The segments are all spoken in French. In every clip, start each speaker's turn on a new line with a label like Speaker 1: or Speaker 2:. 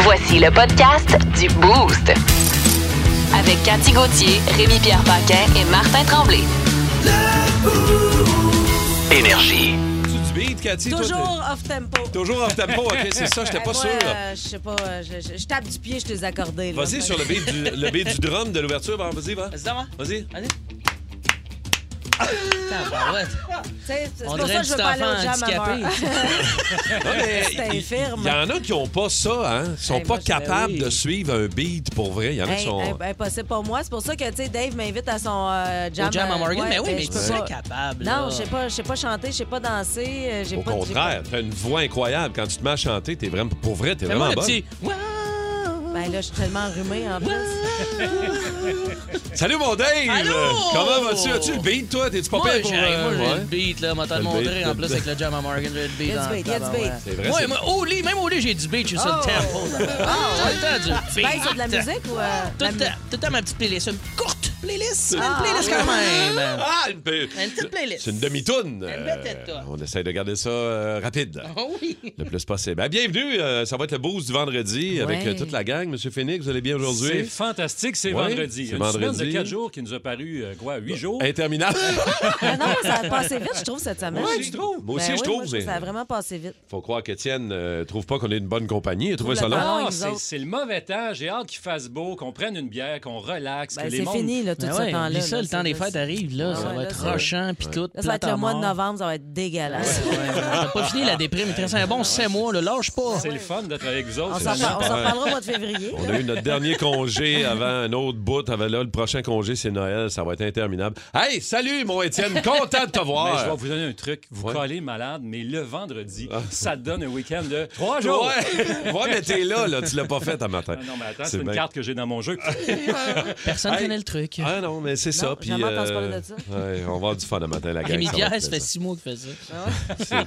Speaker 1: Voici le podcast du Boost. Avec Cathy Gauthier, Rémi-Pierre Paquin et Martin Tremblay.
Speaker 2: Énergie.
Speaker 3: Tu du beat, Cathy? toi,
Speaker 4: Toujours off-tempo.
Speaker 3: t'es- Toujours en tempo, ok, c'est ça, j'étais pas
Speaker 4: Moi,
Speaker 3: sûr.
Speaker 4: euh, je sais pas, euh, je, je- je tape du pied, je te les accordais. là.
Speaker 3: Vas-y sur le beat du, le beat du drum de l'ouverture, va, vas-y, va.
Speaker 5: Vas-y, donne-moi.
Speaker 3: Vas-y.
Speaker 5: Allez.
Speaker 4: Ah
Speaker 5: Tabarouette.
Speaker 4: Tu sais, C'est
Speaker 5: On
Speaker 4: pour ça
Speaker 5: dirait
Speaker 4: que
Speaker 5: du
Speaker 4: je veux pas aller au
Speaker 5: enfant
Speaker 4: jam à
Speaker 5: handicapé.
Speaker 3: Non, mais
Speaker 4: C'est
Speaker 3: il-
Speaker 4: infirme.
Speaker 3: Il y en a qui ont pas ça, hein. Ils sont
Speaker 4: Hey,
Speaker 3: pas
Speaker 4: moi, je-
Speaker 3: capables
Speaker 5: ben oui.
Speaker 3: de suivre un beat pour vrai. Il y en a qui
Speaker 4: Hey,
Speaker 3: sont.
Speaker 4: hey, ben, impossible pour moi. C'est pour ça que tu sais, Dave m'invite à son euh, jam,
Speaker 5: Au jam à
Speaker 4: euh,
Speaker 5: Morgan.
Speaker 4: ouais,
Speaker 5: mais oui, mais je
Speaker 4: peux
Speaker 5: suis pas
Speaker 4: pas.
Speaker 5: capable.
Speaker 4: Non,
Speaker 5: là.
Speaker 4: je sais pas, je sais pas chanter, je sais pas danser, euh, j'ai
Speaker 3: Au
Speaker 4: pas de- j'ai
Speaker 3: contraire, t'as une voix incroyable. Quand tu te mets à chanter, t'es vraiment. Pour vrai, t'es
Speaker 5: Fais-moi
Speaker 3: vraiment
Speaker 5: un
Speaker 3: bonne.
Speaker 5: petit. Wow!
Speaker 4: pas- Ben là, je suis tellement enrhumée en plus.
Speaker 3: Salut mon Dave!
Speaker 5: Allô?
Speaker 3: Comment vas-tu? As-tu le beat toi? T'es-tu pas
Speaker 5: Moi,
Speaker 3: prêt
Speaker 5: j'ai
Speaker 3: pour.
Speaker 5: hey, moi,
Speaker 3: euh,
Speaker 5: j'ai
Speaker 3: ouais?
Speaker 5: le beat, là. M'a t'en
Speaker 3: T'as le beat,
Speaker 5: montré
Speaker 3: t'as
Speaker 5: en
Speaker 3: le
Speaker 5: plus
Speaker 3: beat.
Speaker 5: avec le jam à Morgan. J'ai le beat.
Speaker 4: Y'a du
Speaker 5: en
Speaker 4: beat, y'a du
Speaker 5: tabarouette.
Speaker 4: beat.
Speaker 3: C'est vrai,
Speaker 5: Moi,
Speaker 3: c'est-
Speaker 5: moi, au lit, même au lit, j'ai du beat. Je suis sur le
Speaker 4: Oh!
Speaker 5: tempo. Tout le temps du beat.
Speaker 4: Ben, c'est de la musique ou. euh,
Speaker 5: Tout
Speaker 4: la
Speaker 5: le
Speaker 4: mu-
Speaker 5: temps, tout le temps ma petite playlist. Une courte playlist. Une
Speaker 4: Ah.
Speaker 5: playlist quand même.
Speaker 3: Ah, une, pe-
Speaker 5: Une petite playlist.
Speaker 3: C'est une demi-toune. Euh,
Speaker 5: Une petite toune.
Speaker 3: on essaie de garder ça euh, rapide.
Speaker 5: Oh oui.
Speaker 3: Le plus possible. Ben, bienvenue, euh, ça va être le boost du vendredi avec
Speaker 4: Ouais.
Speaker 3: euh, toute la gang. Monsieur Phoenix, vous allez bien
Speaker 6: C'est
Speaker 3: aujourd'hui?
Speaker 6: fantastique, c'est
Speaker 3: Ouais,
Speaker 6: vendredi.
Speaker 3: c'est
Speaker 6: Une
Speaker 3: vendredi. Bah,
Speaker 6: semaine de 4 jours qui nous a paru, euh, quoi, 8 jours?
Speaker 3: Interminable.
Speaker 4: Ah non, ça a passé vite, je trouve, cette semaine.
Speaker 3: Ouais, tu trouves? Moi aussi,
Speaker 4: Ben
Speaker 3: je
Speaker 4: oui,
Speaker 3: trouve,
Speaker 4: moi,
Speaker 3: mais-
Speaker 4: Ça a vraiment passé vite.
Speaker 3: Faut croire qu'Étienne euh, trouve pas qu'on est une bonne compagnie. Il trouvait ça
Speaker 4: Trouve
Speaker 3: long.
Speaker 4: la
Speaker 6: Ah,
Speaker 4: avec nous
Speaker 6: c'est-
Speaker 4: autres.
Speaker 6: c'est le mauvais temps. J'ai hâte qu'il fasse beau, qu'on prenne une bière, qu'on relaxe,
Speaker 4: Ben,
Speaker 6: que les
Speaker 4: c'est
Speaker 6: mondes...
Speaker 4: fini, là, tout
Speaker 5: Ben
Speaker 4: ce
Speaker 5: ouais,
Speaker 4: temps-là.
Speaker 5: oublie ça,
Speaker 4: là,
Speaker 5: le temps
Speaker 4: c'est-
Speaker 5: des fêtes arrive, là.
Speaker 4: Ah
Speaker 5: ça
Speaker 4: ouais,
Speaker 5: va
Speaker 4: là,
Speaker 5: être
Speaker 4: c'est-
Speaker 5: rochant, puis tout.
Speaker 4: Là, ça va être
Speaker 5: plate
Speaker 4: le
Speaker 5: à
Speaker 4: mois de
Speaker 5: mort.
Speaker 4: novembre, ça va être dégueulasse.
Speaker 5: Ouais, on n'a pas fini la déprime. Il te reste un bon 5 mois, là. Lâche pas.
Speaker 6: C'est le fun d'être avec vous autres.
Speaker 4: On
Speaker 6: c'est
Speaker 4: s'en on
Speaker 6: le
Speaker 4: s'en
Speaker 6: fun.
Speaker 4: reparlera au mois de février.
Speaker 3: On a eu notre dernier congé avant un autre bout. Avant là, le prochain congé, c'est Noël. Ça va être interminable. Hey, salut, mon Étienne. Content de te
Speaker 6: Mais Ben, je vais
Speaker 3: voir.
Speaker 6: vous donner un truc. Vous
Speaker 3: Ouais. Ah.
Speaker 6: collez malade, mais le vendredi, ça donne un week-end de 3 jours.
Speaker 3: Ouais. ouais, mais t'es là, là. Tu l'as pas fait à matin.
Speaker 6: Ah Non, mais attends, c'est une
Speaker 3: bien.
Speaker 6: carte que j'ai dans mon jeu.
Speaker 5: Personne
Speaker 3: Hey.
Speaker 5: connaît le truc.
Speaker 3: Ah non, mais c'est ça.
Speaker 4: Non,
Speaker 3: puis, euh,
Speaker 4: jamais entendu parler de ça.
Speaker 3: ouais, on va avoir du fun à matin, la gang.
Speaker 5: Rémi
Speaker 3: ça va
Speaker 5: Pierre,
Speaker 3: être
Speaker 5: ça fait 6 mois qu'il fait ça.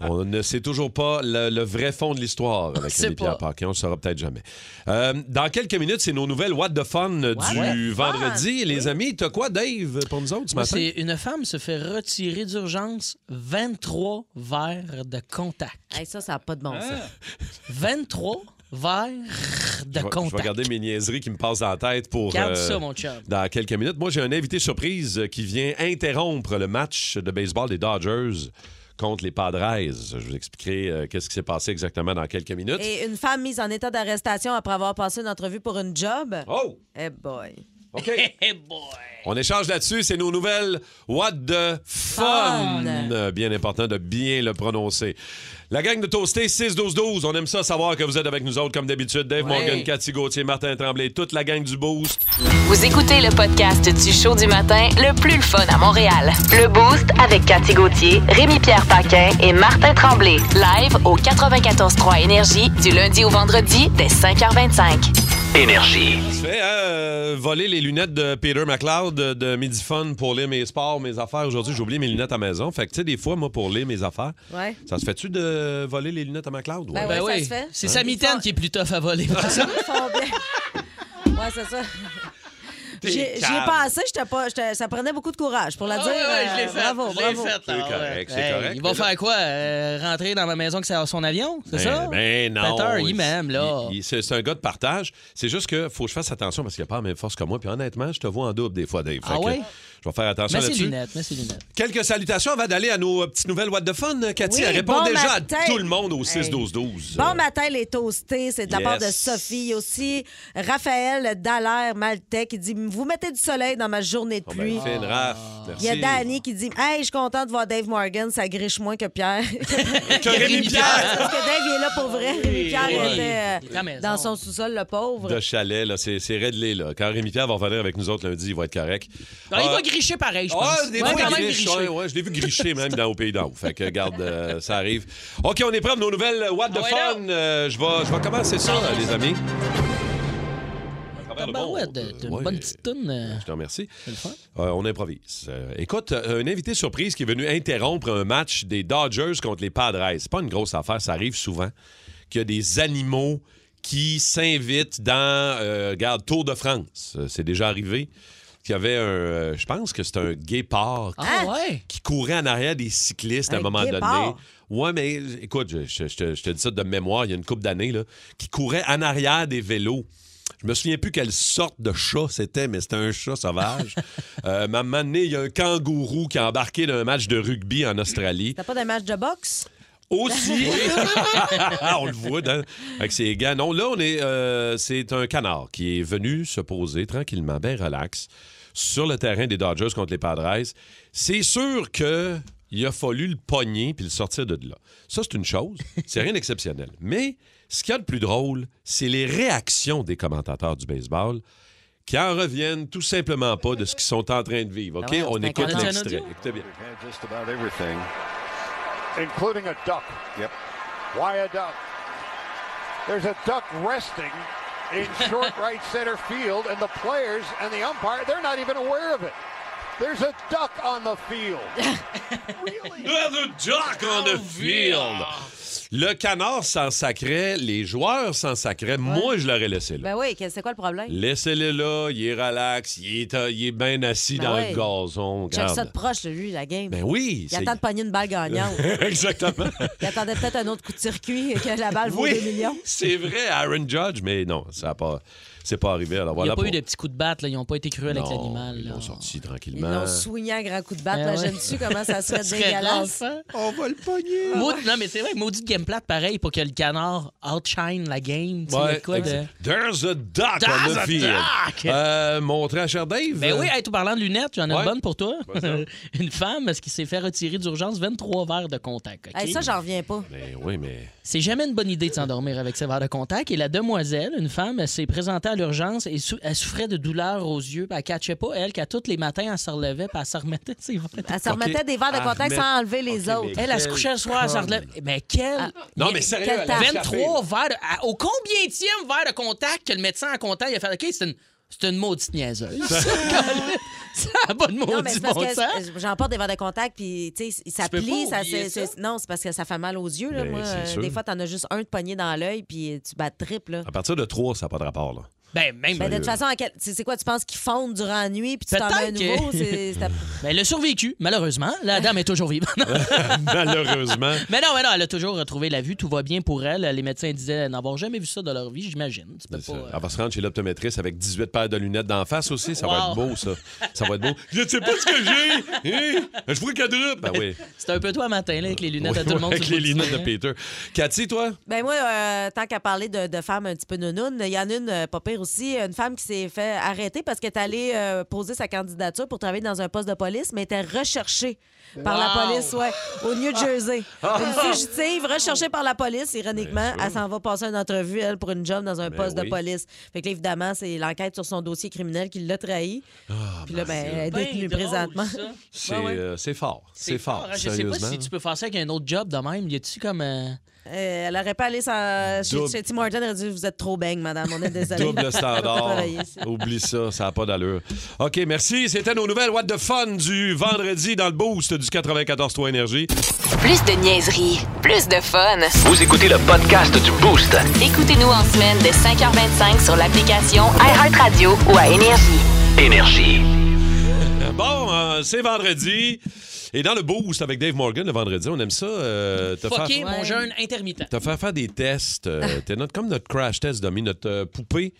Speaker 3: On ne sait toujours pas le, le vrai fond de l'histoire avec
Speaker 5: sait
Speaker 3: Rémi Pierre
Speaker 5: pas.
Speaker 3: Paquin. On ne le saura peut-être jamais. Euh, dans quelques minutes, c'est nos nouvelles What the Fun du
Speaker 4: the
Speaker 3: vendredi. Les amis, t'as quoi, Dave, pour nous autres ce matin?
Speaker 5: C'est une femme se fait retirer d'urgence 23 verres de contact.
Speaker 4: Hey, ça, ça n'a pas de bon sens.
Speaker 5: 23 verres de
Speaker 3: Je vais- Je vais
Speaker 5: contact.
Speaker 3: garder mes niaiseries qui me passent en tête pour.
Speaker 5: Garde
Speaker 3: euh,
Speaker 5: ça, mon chum.
Speaker 3: Dans quelques minutes, moi, j'ai un invité surprise euh, qui vient interrompre le match de baseball des Dodgers contre les Padres. Je vous expliquerai euh, qu'est-ce qui s'est passé exactement dans quelques minutes.
Speaker 4: Et une femme mise en état d'arrestation après avoir passé une entrevue pour une job.
Speaker 3: Oh!
Speaker 4: Eh boy.
Speaker 3: OK. On échange là-dessus, c'est nos nouvelles What the fun. Bien important de bien le prononcer. La gang de Toasté 6-12-12, on aime ça savoir que vous êtes avec nous autres comme d'habitude. Dave Morgan, Cathy Gauthier, Martin Tremblay, toute la gang du Boost.
Speaker 1: Vous écoutez le podcast du show du matin le plus le fun à Montréal. Le Boost avec Cathy Gauthier, Rémi-Pierre Paquin et Martin Tremblay. Live au 94.3 Énergie du lundi au vendredi dès 5h25.
Speaker 2: Énergie.
Speaker 3: Tu fais hein, euh, voler les lunettes de Peter McLeod de, de Midi Fun pour lire mes sports, mes affaires. Aujourd'hui, j'ai oublié mes lunettes à maison. Fait que, tu sais, des fois, moi, pour lire mes affaires,
Speaker 4: Ouais.
Speaker 3: ça se fait-tu de voler les lunettes à McLeod? Ouais.
Speaker 4: Ben
Speaker 5: Ben
Speaker 4: ouais, ça
Speaker 5: oui,
Speaker 4: se fait. Ah,
Speaker 5: c'est
Speaker 4: Hein?
Speaker 5: sa mitaine
Speaker 4: Ils font-
Speaker 5: qui est plus tough à voler.
Speaker 4: Ils font bien. Ouais, c'est ça. J'y j'y ai
Speaker 3: calme.
Speaker 4: passé, j'étais pas, j'étais- ça prenait beaucoup de courage pour la
Speaker 5: Ah
Speaker 4: dire.
Speaker 5: ouais, ouais, je l'ai
Speaker 4: euh,
Speaker 5: fait.
Speaker 4: Bravo,
Speaker 5: je l'ai
Speaker 4: bravo.
Speaker 5: fait, là,
Speaker 3: C'est correct,
Speaker 5: ouais.
Speaker 3: c'est correct,
Speaker 5: Il va
Speaker 3: mais là-
Speaker 5: faire quoi? euh, rentrer dans ma maison que c'est son avion? C'est
Speaker 3: Ben-
Speaker 5: ça?
Speaker 3: Ben non.
Speaker 5: Peter, il m'aime, là.
Speaker 3: il- il- C'est c'est un gars de partage. C'est juste que faut que je fasse attention parce qu'il n'a pas la même force que moi. Puis honnêtement, je te vois en double des fois, Dave.
Speaker 5: Ah
Speaker 3: Fait que
Speaker 5: ouais?
Speaker 3: Je vais faire attention
Speaker 5: Mets ses
Speaker 3: là-dessus.
Speaker 5: lunettes, mets ses lunettes.
Speaker 3: Quelques salutations avant d'aller à nos euh, petites nouvelles What the Fun. Cathy,
Speaker 4: Oui,
Speaker 3: elle répond
Speaker 4: bon
Speaker 3: déjà
Speaker 4: matin.
Speaker 3: à tout le monde au 6
Speaker 4: Hey.
Speaker 3: 12 12
Speaker 4: Bon matin, les toastés. C'est de la
Speaker 3: Yes.
Speaker 4: part de Sophie. Il y a aussi Raphaël Dallaire Maltais qui dit Vous mettez du soleil dans ma journée de
Speaker 3: Oh, ben,
Speaker 4: pluie.
Speaker 3: fine, Raph. Merci.
Speaker 4: Il y a Danny qui dit Hey, je suis contente de voir Dave Morgan, ça griche moins que Pierre.
Speaker 3: Que Rémi
Speaker 5: Rémi
Speaker 3: Pierre
Speaker 4: Parce que Dave, il est là pour vrai. Pierre
Speaker 5: oui. Il
Speaker 4: était
Speaker 5: est à
Speaker 4: euh,
Speaker 5: la maison.
Speaker 4: dans son sous-sol, le pauvre.
Speaker 3: de chalet, là, c'est c'est réglé. Là. Quand Rémi Pierre va revenir avec nous autres lundi, il va être correct.
Speaker 5: Ah, il
Speaker 3: Ah,
Speaker 5: va gricher pareil, je pense.
Speaker 3: Ah, des
Speaker 5: Il va
Speaker 3: fois,
Speaker 5: quand
Speaker 3: il
Speaker 5: même
Speaker 3: griche,
Speaker 5: gricher.
Speaker 3: ouais, ouais, je l'ai vu gricher même dans au pays d'en haut. Fait que, garde, ça arrive. OK, on est prêt pour nos nouvelles What the
Speaker 5: Ah ouais, là.
Speaker 3: Fun. Euh, je vais je vais commencer ça, euh, les amis. À travers le
Speaker 5: Tabarouette,
Speaker 3: monde.
Speaker 5: t'as une
Speaker 3: euh, Ouais,
Speaker 5: bonne petite toune. euh,
Speaker 3: Je te remercie.
Speaker 5: c'est le fun.
Speaker 3: Euh, on improvise. Euh, écoute, euh, un invité surprise qui est venu interrompre un match des Dodgers contre les Padres. C'est pas une grosse affaire, ça arrive souvent qu'il y a des animaux qui s'invitent dans, euh, regarde, Tour de France. Euh, C'est déjà arrivé. qu'il y avait un, euh, je pense que c'est un guépard
Speaker 5: Ah
Speaker 4: Hein?
Speaker 5: ouais?
Speaker 3: qui courait en arrière des cyclistes à un
Speaker 4: Un
Speaker 3: moment donné.
Speaker 4: guépard.
Speaker 3: Ouais, mais écoute, je, je- je te- je te dis ça de mémoire, il y a une couple d'années, là, qui courait en arrière des vélos. Je me souviens plus quelle sorte de chat c'était, mais c'était un chat sauvage. euh, mais à un moment donné, il y a un kangourou qui a embarqué d'un match de rugby en Australie.
Speaker 4: T'as pas d'un match de boxe?
Speaker 3: Aussi, Ah, on le voit dans, avec ses gants. Non, là, on est, euh, c'est un canard qui est venu se poser tranquillement, bien relax, sur le terrain des Dodgers contre les Padres. C'est sûr que il a fallu le pogner puis le sortir de là. Ça, c'est une chose. C'est rien d'exceptionnel. Mais ce qu'il y a de plus drôle, c'est les réactions des commentateurs du baseball qui en reviennent tout simplement pas de ce qu'ils sont en train de vivre. OK?
Speaker 4: Ah ouais,
Speaker 3: on
Speaker 4: c'est
Speaker 3: écoute
Speaker 5: incroyable.
Speaker 3: l'extrait. Écoutez bien.
Speaker 7: had just about everything, including a duck. Yep. Why a duck? There's a duck resting in short right center field, and the players and the umpire, they're not even aware of it. There's a duck on the field.
Speaker 3: Another duck on the field. Le canard s'en sacrait, les joueurs s'en sacraient. Moi, je l'aurais laissé là.
Speaker 4: Ben oui, que- c'est quoi le problème?
Speaker 3: Laissez-le là, il est relax, il est, euh, il est bien assis
Speaker 4: Ben
Speaker 3: dans
Speaker 4: ouais.
Speaker 3: le gazon.
Speaker 4: Check ça
Speaker 3: Regarde.
Speaker 4: de proche, là, lui, la game.
Speaker 3: Ben oui,
Speaker 4: Il attend de pogner une balle gagnante.
Speaker 3: Exactement.
Speaker 4: Il attendait peut-être un autre coup de circuit et que la balle vaut
Speaker 3: oui,
Speaker 4: 2 millions.
Speaker 3: c'est vrai, Aaron Judge, mais non, ça a pas, c'est pas arrivé. Alors
Speaker 5: Il n'y
Speaker 3: voilà.
Speaker 5: a pas
Speaker 3: pour-
Speaker 5: eu de petits coups de batte, là. ils n'ont pas été cruels avec
Speaker 3: Non,
Speaker 5: l'animal.
Speaker 3: Ils
Speaker 5: là.
Speaker 3: l'ont sorti
Speaker 4: Ils
Speaker 3: tranquillement.
Speaker 4: l'ont soigné à grand coup de batte.
Speaker 5: Ben
Speaker 4: là,
Speaker 5: ouais.
Speaker 4: J'aime-tu comment ça serait
Speaker 5: Ça serait
Speaker 4: dégueulasse?
Speaker 5: drôle, ça.
Speaker 3: On va le pogner.
Speaker 5: Maud- Non, mais c'est vrai, maudit game plate, pareil, pour que le canard outshine la game. tu sais, il y a
Speaker 3: Ouais,
Speaker 5: de quoi de...
Speaker 3: ex- There's a duck on
Speaker 5: There's
Speaker 3: the
Speaker 5: a
Speaker 3: field.
Speaker 5: duck!
Speaker 3: Euh, montrer à cher Dave. euh,
Speaker 5: Ben oui, hey, tout parlant de lunettes, j'en ai
Speaker 3: Ouais.
Speaker 5: une bonne pour toi.
Speaker 3: Vas-y.
Speaker 5: une femme ce qui s'est fait retirer d'urgence 23 verres de contact. OK?
Speaker 4: Hey, ça, j'en reviens pas.
Speaker 3: Ben oui, mais.
Speaker 5: C'est jamais une bonne idée de s'endormir avec ses verres de contact. Et la demoiselle, une femme, elle s'est présentée à l'urgence et sou- elle souffrait de douleurs aux yeux. Puis Elle ne catchait pas, elle, qu'à tous les matins, elle se relevait puis elle se remettait de ses verres. de
Speaker 4: Elle se
Speaker 3: Ok.
Speaker 4: remettait des verres de
Speaker 3: Ah,
Speaker 4: contact
Speaker 3: mais-
Speaker 4: sans enlever les
Speaker 3: Ok,
Speaker 4: autres.
Speaker 3: mais-
Speaker 5: Elle, elle se
Speaker 3: Quelle
Speaker 5: couchait le soir, elle se
Speaker 3: conne.
Speaker 5: relevait. Mais quelle...
Speaker 3: Ah, Non, mais sérieux,
Speaker 4: quel
Speaker 3: elle
Speaker 4: talent.
Speaker 3: a échappé,
Speaker 5: 23
Speaker 3: là.
Speaker 5: verres. de- à- Au combienième verre de contact que le médecin en contact, il a fait OK, c'est une, c'est une maudite niaiseuse. ça n'a pas de
Speaker 4: Non, mais
Speaker 5: maudit
Speaker 4: c'est parce
Speaker 5: bon
Speaker 4: que
Speaker 5: sens.
Speaker 4: c'est- j'en porte des verres de contact, puis tu sais, ça
Speaker 5: peux
Speaker 4: plie.
Speaker 5: pas
Speaker 4: Ça,
Speaker 5: oublier
Speaker 4: c'est-
Speaker 5: ça.
Speaker 4: c'est- non, c'est parce que ça fait mal aux yeux. Là,
Speaker 3: Ben,
Speaker 4: moi,
Speaker 3: c'est
Speaker 4: Euh,
Speaker 3: sûr. Ah,
Speaker 4: des fois, t'en as juste un de pogné dans l'œil, puis tu bats de triple. là.
Speaker 3: À partir de 3, ça n'a pas de rapport, là.
Speaker 5: Ben, même.
Speaker 4: Ben, de toute façon, à quel- c'est c'est quoi, tu penses qu'ils fondent durant la nuit, puis tu t'en mets un
Speaker 5: Peut-être que-
Speaker 4: nouveau? C'est- c'est-
Speaker 5: Ben, elle a survécu, malheureusement. La dame est toujours vivante.
Speaker 3: Malheureusement.
Speaker 5: mais non, mais non, elle a toujours retrouvé la vue. Tout va bien pour elle. Les médecins disaient n'avoir jamais vu ça de leur vie, j'imagine. Tu peux
Speaker 3: Ça.
Speaker 5: pas, euh,
Speaker 3: Elle va se rendre chez l'optométriste avec 18 paires de lunettes d'en face aussi. Ça va
Speaker 5: Wow.
Speaker 3: être beau, ça. Ça va être beau. Je ne sais pas ce que j'ai. Hein? Je vois quadruple. Ben oui.
Speaker 5: euh, C'est un peu toi matin là, avec les lunettes à
Speaker 3: Oui,
Speaker 5: tout le monde.
Speaker 3: avec
Speaker 5: sur
Speaker 3: les
Speaker 5: le bout du
Speaker 3: lunettes de
Speaker 5: nez.
Speaker 3: Peter. Cathy, toi?
Speaker 4: Ben moi, euh, tant qu'à parler de, de femmes un petit peu nounounes, il y en a une, euh, pas pire aussi, une femme qui s'est fait arrêter parce qu'elle est allée euh, poser sa candidature pour travailler dans un poste de police, mais était recherchée par la
Speaker 5: Wow!
Speaker 4: police, ouais, au New
Speaker 3: Ah!
Speaker 4: Jersey. Une fugitive recherchée par la police, ironiquement, elle s'en va passer une entrevue, elle, pour une job dans un
Speaker 3: Ben
Speaker 4: poste de
Speaker 3: oui.
Speaker 4: police. Fait que là, évidemment, c'est l'enquête sur son dossier criminel qui l'a trahi.
Speaker 3: Ah,
Speaker 4: Puis là, ben, elle est
Speaker 5: Ben
Speaker 4: détenue
Speaker 5: drôle,
Speaker 4: présentement.
Speaker 5: ça.
Speaker 3: C'est
Speaker 5: Ouais, ouais.
Speaker 3: euh, c'est fort. C'est fort.
Speaker 5: hein. Je sais
Speaker 3: sérieusement.
Speaker 5: pas si tu peux faire ça avec un autre job de même. Y a-tu comme. euh,
Speaker 4: Euh, elle aurait pas allé sans... chez,
Speaker 3: Double.
Speaker 4: chez Tim Hortons, elle aurait dit, vous êtes trop bang, madame, on est désolé.
Speaker 3: Double standard.
Speaker 4: travailler ici.
Speaker 3: Oublie ça, ça n'a pas d'allure. OK, merci. C'était nos nouvelles What the Fun du vendredi dans le boost du 94-3 Énergie.
Speaker 1: Plus de niaiserie, plus de fun.
Speaker 2: Vous écoutez le podcast du Boost.
Speaker 1: Écoutez-nous en semaine dès 5h25 sur l'application iHeartRadio ou à Énergie.
Speaker 2: Énergie.
Speaker 3: Bon, euh, c'est vendredi. Et dans le boost avec Dave Morgan le vendredi, on aime ça. euh, te faire-
Speaker 5: Fucker mon
Speaker 4: Ouais.
Speaker 5: jeûne intermittent.
Speaker 3: T'as fait faire des tests. euh, t'es notre, comme notre crash test, Domi, notre euh, poupée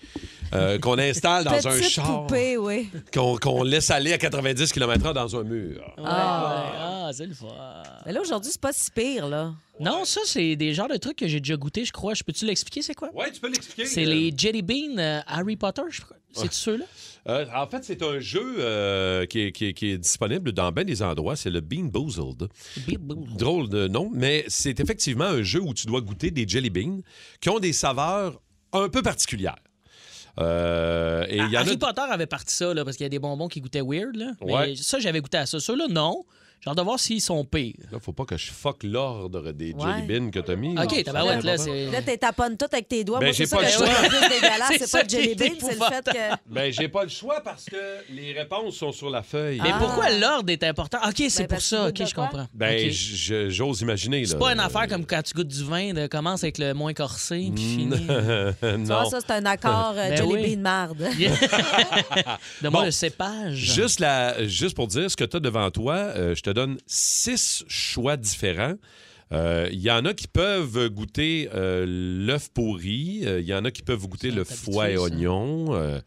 Speaker 3: euh, qu'on installe dans un
Speaker 4: Petite
Speaker 3: char,
Speaker 4: poupée, oui.
Speaker 3: qu'on qu'on laisse aller à 90 km/h dans un mur.
Speaker 5: Ah, c'est le fun.
Speaker 4: Mais Ben là, aujourd'hui, c'est pas si pire, là.
Speaker 5: Non, ça, c'est des genres de trucs que j'ai déjà goûté, je crois. Je peux-tu l'expliquer, c'est quoi?
Speaker 3: Ouais, tu peux l'expliquer.
Speaker 5: C'est les Jelly Bean euh, Harry Potter, je crois. C'est ceux-là?
Speaker 3: Euh, en fait, c'est un jeu euh, qui, est, qui est- qui est disponible dans bien des endroits. C'est le Bean Boozled.
Speaker 5: Bip, bip.
Speaker 3: Drôle de nom, mais c'est effectivement un jeu où tu dois goûter des jelly beans qui ont des saveurs un peu particulières. Euh, et il y en
Speaker 5: Harry
Speaker 3: a.
Speaker 5: Potter avait parti ça, là, parce qu'il y a des bonbons qui goûtaient weird, là. Mais
Speaker 3: Ouais.
Speaker 5: ça, j'avais goûté à ça. Ceux-là, non. J'ai hâte de voir s'ils sont pires.
Speaker 3: Là, faut pas que je fuck l'ordre des
Speaker 4: Ouais.
Speaker 3: jelly beans que t'as mis.
Speaker 5: OK, tabarouette, là, c'est...
Speaker 4: Là, t'es taponnes tout avec tes doigts.
Speaker 3: Ben,
Speaker 4: Moi, c'est
Speaker 3: j'ai
Speaker 4: ça
Speaker 3: pas
Speaker 4: que
Speaker 3: le
Speaker 4: je trouve
Speaker 3: choix.
Speaker 4: le plus dégueulasse.
Speaker 5: C'est
Speaker 4: C'est
Speaker 5: ça
Speaker 4: pas le jelly
Speaker 5: qui est
Speaker 4: bean, c'est le fait que.
Speaker 3: Ben, j'ai pas le choix parce que les réponses sont sur la feuille.
Speaker 5: Mais
Speaker 4: Ah.
Speaker 5: pourquoi l'ordre est important? OK, c'est
Speaker 4: Ben,
Speaker 5: pour
Speaker 4: parce
Speaker 5: ça.
Speaker 4: que
Speaker 5: OK,
Speaker 4: de
Speaker 5: je
Speaker 4: quoi?
Speaker 5: comprends.
Speaker 3: Ben,
Speaker 5: Ah. OK.
Speaker 3: j- je- j'ose imaginer.
Speaker 5: C'est
Speaker 3: là.
Speaker 5: pas une affaire comme quand tu goûtes du vin, de commence avec le moins corsé,
Speaker 3: Mm.
Speaker 5: puis fini.
Speaker 4: Tu vois,
Speaker 3: non.
Speaker 4: ça, c'est un accord euh,
Speaker 5: Ben
Speaker 4: jelly
Speaker 5: oui.
Speaker 4: bean marde.
Speaker 5: de moi
Speaker 3: Bon.
Speaker 5: le cépage.
Speaker 3: Juste, la, juste pour dire ce que tu as devant toi, euh, je te donne six choix différents Euh, Il y en a qui peuvent goûter euh, l'œuf pourri. Euh, Il y en a qui peuvent goûter
Speaker 5: Ça,
Speaker 3: le
Speaker 5: t'es
Speaker 3: foie et
Speaker 5: habitué, ça.
Speaker 3: oignon. Euh,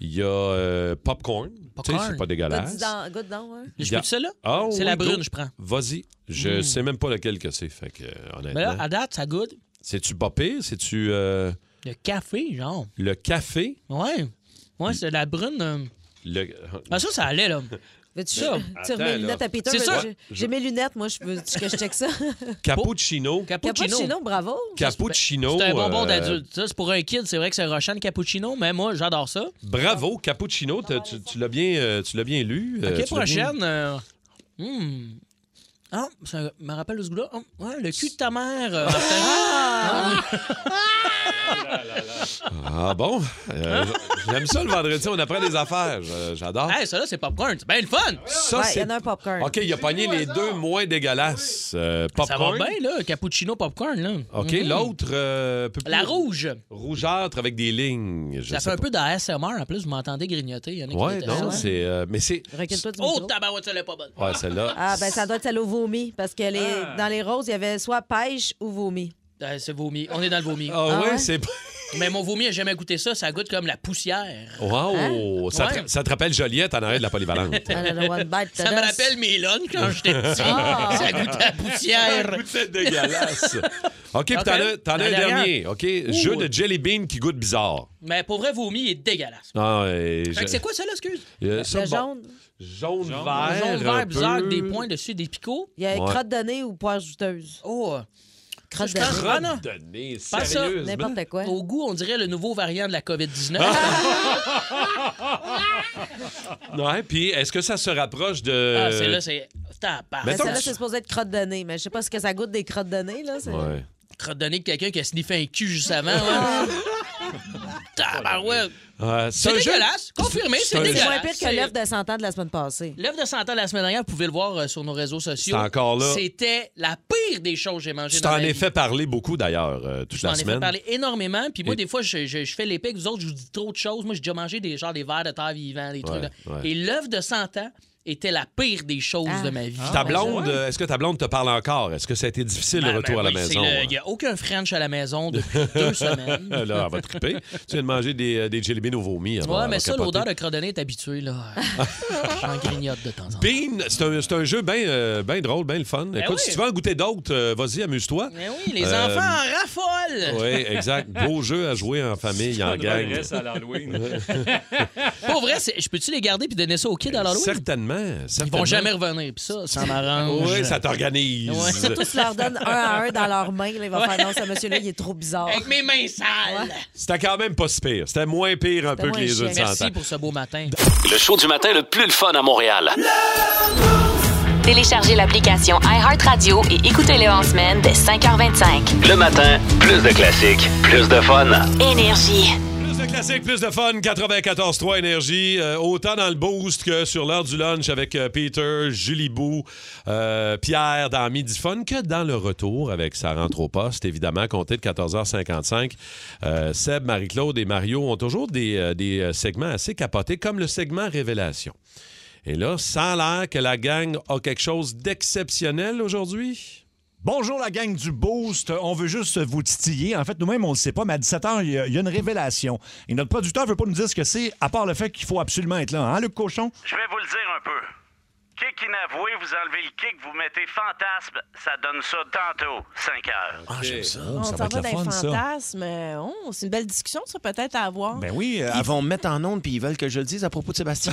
Speaker 3: Il y a euh, popcorn. Tu sais,
Speaker 5: Popcorn.
Speaker 3: c'est pas
Speaker 4: Goûte
Speaker 3: dégueulasse.
Speaker 4: dedans, goûte dedans, ouais.
Speaker 5: Je
Speaker 3: Yeah.
Speaker 5: peux celle-là?
Speaker 3: Ah
Speaker 5: c'est
Speaker 3: oui,
Speaker 5: la
Speaker 3: go.
Speaker 5: brune, je prends.
Speaker 3: Vas-y. Je
Speaker 5: Mm.
Speaker 3: sais même pas laquelle que c'est. Fait que, euh,
Speaker 5: Mais Ben là,
Speaker 3: honnêtement.
Speaker 5: à date, ça goûte
Speaker 3: C'est-tu bopé? C'est-tu euh,
Speaker 5: le café, genre.
Speaker 3: le café?
Speaker 5: Ouais. Ouais, c'est la brune. euh.
Speaker 3: Le...
Speaker 5: Ah, ça, ça allait, là.
Speaker 4: Veux-tu
Speaker 5: Ça.
Speaker 4: tu
Speaker 3: Attends,
Speaker 4: remets les lunettes
Speaker 3: là.
Speaker 4: à Peter?
Speaker 5: C'est
Speaker 4: mais
Speaker 5: ça.
Speaker 4: j'ai- J'ai mes lunettes, moi, je veux que je check ça.
Speaker 3: Cappuccino.
Speaker 5: Cappuccino.
Speaker 4: Cappuccino, bravo.
Speaker 3: Cappuccino.
Speaker 5: C'est un bonbon
Speaker 3: euh,
Speaker 5: d'adulte. Ça, c'est pour un kid, c'est vrai que c'est Rochane cappuccino, mais moi, j'adore ça.
Speaker 3: Euh, Bravo, cappuccino. t'as- Tu, tu l'as bien, euh, tu l'as bien lu. euh,
Speaker 5: OK,
Speaker 3: tu l'as bien-
Speaker 5: prochaine. euh, hmm. Ah, ça me rappelle ce goût-là. Ah, ouais, le cul de ta mère. euh,
Speaker 3: Ah bon? Euh,
Speaker 5: Hein?
Speaker 3: J'aime ça le vendredi, on apprend des affaires. Je- J'adore.
Speaker 5: hey, ça, là, c'est popcorn. C'est bien le fun.
Speaker 3: Ça,
Speaker 4: ouais, il y
Speaker 3: c'est.
Speaker 4: en a un popcorn.
Speaker 3: OK, il a pogné les deux moins dégueulasses. Euh,
Speaker 5: Ça
Speaker 3: popcorn.
Speaker 5: va bien, là. Cappuccino popcorn, là.
Speaker 3: OK,
Speaker 5: Mhm.
Speaker 3: l'autre. euh, un peu plus
Speaker 5: La rouge.
Speaker 3: Rougeâtre avec des lignes. Je
Speaker 5: Ça
Speaker 3: sais
Speaker 5: fait un
Speaker 3: pas.
Speaker 5: peu d'ASMR. En plus, vous m'entendez grignoter. Il y en a qui
Speaker 3: Ouais,
Speaker 5: détestent
Speaker 3: non,
Speaker 5: ça.
Speaker 3: c'est. euh, mais c'est.
Speaker 4: Recule-toi du
Speaker 5: Oh,
Speaker 4: micro.
Speaker 5: tabarouette, celle-là est pas bonne.
Speaker 3: Ouais, celle-là.
Speaker 4: Ah, ben ça doit être celle au vomi, parce que les,
Speaker 3: Ah.
Speaker 4: dans les roses, il y avait soit pêche ou vomi.
Speaker 5: Ah, c'est vomi. On est dans le vomi.
Speaker 3: Ah,
Speaker 4: Ah
Speaker 3: ouais,
Speaker 4: ouais?
Speaker 3: c'est.
Speaker 5: Mais mon vomi a jamais goûté ça. Ça goûte comme la poussière.
Speaker 3: Wow! Ça, te,
Speaker 5: Hein? Ouais.
Speaker 3: ça te rappelle Joliette en arrêt de la polyvalente.
Speaker 4: Another one bite,
Speaker 5: Ça me
Speaker 4: ta-da.
Speaker 5: rappelle mes lunchs quand j'étais petit.
Speaker 4: Ah.
Speaker 5: Ça goûte la poussière.
Speaker 3: C'est dégueulasse. OK, puis
Speaker 5: OK.
Speaker 3: t'en as, t'en as
Speaker 5: La
Speaker 3: un
Speaker 5: dernière.
Speaker 3: dernier. OK, jeu de jelly bean qui goûte bizarre.
Speaker 5: Mais pour vrai, vomi est dégueulasse.
Speaker 3: Ah, et
Speaker 5: Fait que
Speaker 3: je-
Speaker 5: c'est quoi celle-là, excuse?
Speaker 3: euh, ça,
Speaker 4: Le
Speaker 3: bon.
Speaker 4: jaune,
Speaker 3: Jaune,
Speaker 6: Jaune.
Speaker 3: vert.
Speaker 5: Jaune vert
Speaker 3: un
Speaker 5: bizarre avec
Speaker 3: peu.
Speaker 5: des points dessus, des picots.
Speaker 4: il y a
Speaker 3: Ouais.
Speaker 4: crotte de nez ou poire juteuse.
Speaker 5: Oh,
Speaker 4: Crotte de
Speaker 5: je pense-
Speaker 4: nez,
Speaker 5: Ah, non.
Speaker 3: Crotte de nez,
Speaker 5: Pas ça.
Speaker 3: sérieusement.
Speaker 4: n'importe quoi.
Speaker 5: au goût, on dirait le nouveau variant de la COVID-19.
Speaker 3: Ah! Ouais, puis est-ce que ça se rapproche de.
Speaker 5: Ah, c'est là, c'est. Tabarnak.
Speaker 4: Mais
Speaker 3: Euh, mettons
Speaker 4: celle-là,
Speaker 3: que-
Speaker 4: c'est supposé être crotte de nez, mais je sais pas ce que ça goûte des crottes de nez, là. c'est-
Speaker 3: Ouais.
Speaker 5: crotte de nez de quelqu'un qui a sniffé un cul juste avant. ouais. Tabarouette.
Speaker 3: Euh,
Speaker 5: C'est
Speaker 3: un jeu-
Speaker 5: dégueulasse. Confirmé,
Speaker 3: c'est
Speaker 5: c'est
Speaker 3: un-
Speaker 4: C'est moins
Speaker 5: dégueulasse.
Speaker 4: pire que l'œuf de 100 ans de la semaine passée.
Speaker 5: L'œuf de 100 ans la semaine dernière, vous pouvez le voir euh, sur nos réseaux sociaux.
Speaker 3: C'est encore là.
Speaker 5: C'était la pire des choses que j'ai mangées
Speaker 3: Tu
Speaker 5: dans
Speaker 3: t'en
Speaker 5: ma vie.
Speaker 3: es fait parler beaucoup d'ailleurs euh, toute
Speaker 5: Je
Speaker 3: la
Speaker 5: t'en ai fait
Speaker 3: semaine.
Speaker 5: parler énormément. Puis moi,
Speaker 3: Et-
Speaker 5: des fois, je, je- je fais l'épée avec vous autres, je vous dis trop de choses. Moi, j'ai déjà mangé des genres des vers de terre vivants, des trucs.
Speaker 3: Ouais,
Speaker 5: là.
Speaker 3: ouais.
Speaker 5: Et l'œuf de 100 ans était la pire des choses
Speaker 4: Ah.
Speaker 5: de ma vie.
Speaker 3: Ta blonde, euh, est-ce que ta blonde te parle encore? Est-ce que ça a été difficile
Speaker 5: Ben,
Speaker 3: le retour
Speaker 5: ben
Speaker 3: à la
Speaker 5: oui, c'est
Speaker 3: maison?
Speaker 5: le-
Speaker 3: hein?
Speaker 5: Il n'y a aucun French à la maison depuis deux semaines.
Speaker 3: Euh, Là, elle va triper. tu viens de manger des, euh, des jelly beans au vomi. elle va-
Speaker 5: Ouais,
Speaker 3: elle va
Speaker 5: mais ça,
Speaker 3: capoter.
Speaker 5: l'odeur de crodonné est habituée, là. J'en grignote de temps en temps.
Speaker 3: Bean, c'est un, c'est un jeu bien drôle, bien le fun. Écoute,
Speaker 5: Ben oui.
Speaker 3: si tu veux en goûter d'autres, euh, vas-y, amuse-toi.
Speaker 5: Mais oui, les
Speaker 3: Euh,
Speaker 5: enfants en raffolent!
Speaker 3: Oui, exact. Beau jeu à jouer en famille, en
Speaker 6: On
Speaker 3: gang.
Speaker 6: reste à l'Halloween.
Speaker 5: Pour vrai, c'est- je peux-tu les garder puis donner ça aux kids à l'Halloween?
Speaker 3: Certainement.
Speaker 5: Ah Ils vont jamais revenir, puis ça, ça m'arrange.
Speaker 3: Oui, ça t'organise.
Speaker 5: Ouais.
Speaker 4: Surtout si tu leur donnes un à un dans leurs mains, là, il va faire non, ce monsieur-là, il est trop bizarre.
Speaker 5: Avec mes mains sales!
Speaker 3: C'était quand même pas si pire. C'était moins pire un peu que
Speaker 4: moins
Speaker 3: les jeux de
Speaker 4: chiant.
Speaker 3: 100
Speaker 5: Merci
Speaker 3: ans.
Speaker 5: pour ce beau matin.
Speaker 2: Le show du matin le plus le fun à Montréal.
Speaker 1: Téléchargez l'application iHeartRadio et écoutez-le en semaine dès 5h25.
Speaker 2: Le matin, plus de classiques, plus de fun.
Speaker 1: Énergie.
Speaker 3: Plus de classiques, plus de fun. 94-3 Énergie. euh, autant dans le boost que sur l'heure du lunch avec euh, Peter, Julie Bou, euh, Pierre dans Midi Fun, que dans le retour avec sa rentre au poste, évidemment, compté de 14h55. Euh, Seb, Marie-Claude et Mario ont toujours des, euh, des euh, segments assez capotés, comme le segment Révélation. Et là, ça a l'air que la gang a quelque chose d'exceptionnel aujourd'hui.
Speaker 8: Bonjour la gang du Boost. On veut juste vous titiller. En fait, nous-mêmes, on ne le sait pas, mais à 17h, il y a- il y, a une révélation. Et notre producteur ne veut pas nous dire ce que c'est, à part le fait qu'il faut absolument être là. Hein, Luc Cochon?
Speaker 9: Je vais vous le dire un peu. Kick inavoué, vous enlevez le kick, vous mettez fantasme, ça donne ça tantôt, 5 heures.
Speaker 6: Ah,
Speaker 4: On
Speaker 8: ça
Speaker 4: s'en
Speaker 8: va
Speaker 4: va
Speaker 8: être
Speaker 4: dans
Speaker 8: la
Speaker 4: les
Speaker 8: fun, ça.
Speaker 4: fantasmes. Oh, c'est une belle discussion, ça, peut-être, à avoir.
Speaker 8: Ben oui. euh,
Speaker 10: Ils vont me mettre en onde puis ils veulent que je le dise à propos de Sébastien.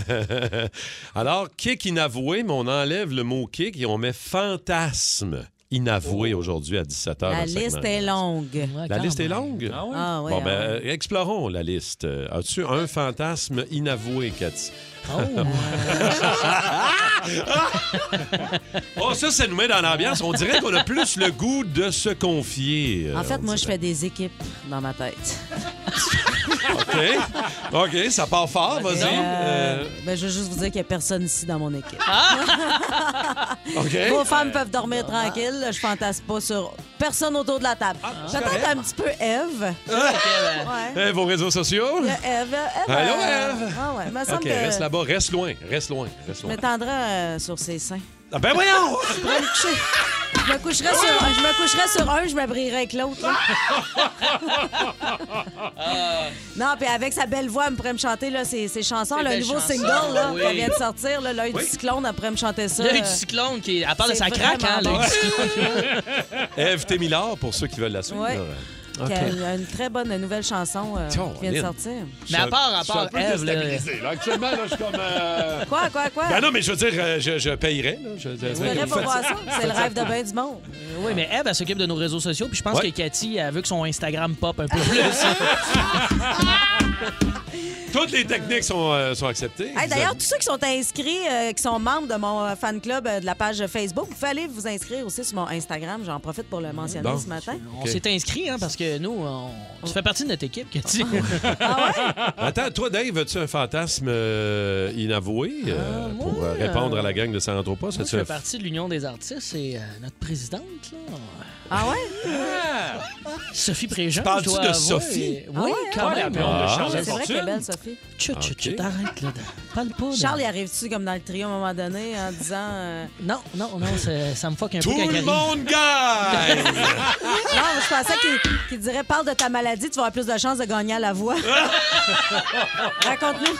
Speaker 3: Alors, kick inavoué, mais on enlève le mot kick et on met fantasme inavoué aujourd'hui à 17h.
Speaker 4: Oh.
Speaker 3: dans
Speaker 4: La
Speaker 3: le segment.
Speaker 4: liste est longue.
Speaker 5: Ouais,
Speaker 3: La
Speaker 5: quand
Speaker 3: liste est
Speaker 5: même.
Speaker 3: longue?
Speaker 6: Ah ouais?
Speaker 4: Ah, ouais,
Speaker 3: Bon,
Speaker 4: ah,
Speaker 3: ben,
Speaker 4: ouais.
Speaker 3: euh, explorons la liste. Euh, As-tu un fantasme inavoué, Cathy?
Speaker 5: Oh, ouais.
Speaker 3: Oh, ça, ça nous met dans l'ambiance. On dirait qu'on a plus le goût de se confier. euh,
Speaker 4: En fait, moi, je fais des équipes dans ma tête.
Speaker 3: OK. OK, ça part fort, vas-y.
Speaker 4: Euh,
Speaker 3: Euh,
Speaker 4: ben, je veux juste vous dire qu'il n'y a personne ici dans mon équipe.
Speaker 3: Euh, OK.
Speaker 5: euh,
Speaker 4: Vos femmes peuvent dormir tranquilles. Je fantasme pas sur personne autour de la table.
Speaker 5: Ah,
Speaker 3: c'est
Speaker 4: Peut-être un petit peu Eve. Ouais.
Speaker 3: Eh, vos réseaux sociaux?
Speaker 4: Il y a Eve. Eve
Speaker 3: Allô,
Speaker 4: euh,
Speaker 3: Ève?
Speaker 4: Ah ouais, me semble
Speaker 3: OK,
Speaker 4: que
Speaker 3: reste là-bas. Reste loin. Reste loin. Reste
Speaker 4: je
Speaker 3: loin.
Speaker 4: m'étendrai euh, sur ses seins.
Speaker 3: Ah, ben voyons!
Speaker 4: Je pourrais me coucher. Je me coucherais sur, je me coucherais sur un, je m'abrillerais avec l'autre. là. non, puis avec sa belle voix, elle me pourrait me chanter là, ses, ses chansons.
Speaker 5: Ses
Speaker 4: Le
Speaker 5: belles
Speaker 4: nouveau
Speaker 5: chansons,
Speaker 4: single là,
Speaker 5: oui.
Speaker 4: qu'elle vient de sortir, là, L'œil
Speaker 5: Oui.
Speaker 4: du cyclone, elle pourrait me chanter ça.
Speaker 5: L'œil
Speaker 4: euh,
Speaker 5: du cyclone, qui, à part de
Speaker 4: c'est
Speaker 5: sa craque, hein,
Speaker 4: vraiment
Speaker 5: l'œil du cyclone.
Speaker 3: Ève Témilard, pour ceux qui veulent la suivre.
Speaker 4: Ouais.
Speaker 3: là.
Speaker 4: qui a- a une très bonne nouvelle chanson euh,
Speaker 3: Tiens,
Speaker 4: qui vient de
Speaker 3: Lynn.
Speaker 4: sortir.
Speaker 3: Mais à part- à Je suis part un peu Ève, là. déstabilisé,
Speaker 7: là. Actuellement, là, je suis comme.
Speaker 4: Quoi, quoi, quoi?
Speaker 3: Ben non, mais je veux dire, euh, je, je payerais. Là. Je,
Speaker 4: Tu verrais pour voir ça. C'est le rêve de bien du monde.
Speaker 5: Oui, mais Eve, elle s'occupe de nos réseaux sociaux, puis je pense
Speaker 3: Ouais. Ah.
Speaker 5: que Cathy, elle veut que son Instagram pop un peu plus.
Speaker 3: Toutes les techniques sont, euh, sont acceptées.
Speaker 4: Hey, D'ailleurs, tous ceux qui sont inscrits, euh, qui sont membres de mon euh, fan club euh, de la page Facebook, vous pouvez aller vous inscrire aussi sur mon Instagram. J'en profite pour le mentionner
Speaker 5: Bon.
Speaker 4: ce matin.
Speaker 5: On s'est inscrit, hein, parce que nous, on... tu fais partie de notre équipe, Cathy.
Speaker 3: Ah, Attends, toi, Dave, as-tu un fantasme euh, inavoué euh, pour euh, répondre à la gang de San Antropa?
Speaker 5: Moi,
Speaker 3: C'est-tu
Speaker 5: je fais
Speaker 3: un-
Speaker 5: partie de l'Union des artistes et euh, notre présidente, là. Ah.
Speaker 4: Ah ouais?
Speaker 5: Sophie Préjean.
Speaker 3: Parles-tu
Speaker 5: je dois
Speaker 3: de
Speaker 5: avouer.
Speaker 3: Sophie?
Speaker 5: Oui, quand
Speaker 6: Ouais,
Speaker 5: même.
Speaker 6: la blonde de
Speaker 5: Ah.
Speaker 6: Charles
Speaker 4: C'est vrai
Speaker 6: Fortune.
Speaker 4: qu'elle est belle, Sophie.
Speaker 5: Chut, chut,
Speaker 3: Ok.
Speaker 5: chut, arrête, là. Parle pas. là.
Speaker 4: Charles, il arrive-tu comme dans le trio à un moment donné en disant. euh,
Speaker 5: Non, non, non, ça, ça me fuck un
Speaker 3: Tout
Speaker 5: peu quand
Speaker 3: le
Speaker 5: elle
Speaker 3: monde gagne!
Speaker 4: Non, je pensais qu'il qu'il dirait parle de ta maladie, tu vas avoir plus de chances de gagner à la voix. Raconte-nous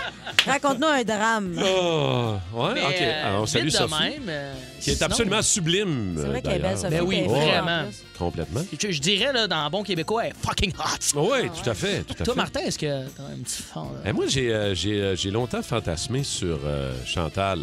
Speaker 4: raconte un drame.
Speaker 3: Oh, ouais,
Speaker 5: Mais,
Speaker 3: OK.
Speaker 5: euh,
Speaker 3: Alors, on salue
Speaker 5: vite de
Speaker 3: Sophie,
Speaker 5: même, euh,
Speaker 3: qui est
Speaker 5: sinon-
Speaker 3: absolument sublime.
Speaker 4: C'est vrai
Speaker 3: euh,
Speaker 4: qu'elle est belle,
Speaker 3: d'ailleurs.
Speaker 4: Sophie.
Speaker 5: Ben oui,
Speaker 4: qu'elle est belle,
Speaker 5: vraiment.
Speaker 4: en plus.
Speaker 3: Complètement.
Speaker 5: Je, je dirais, là, dans Bon Québécois, elle est fucking hot.
Speaker 3: Oui, tout à fait, tout à
Speaker 5: Toi,
Speaker 3: fait.
Speaker 5: Martin, est-ce que t'as un petit fond, là?
Speaker 3: Eh, moi, j'ai euh, j'ai, euh, j'ai longtemps fantasmé sur euh, Chantal.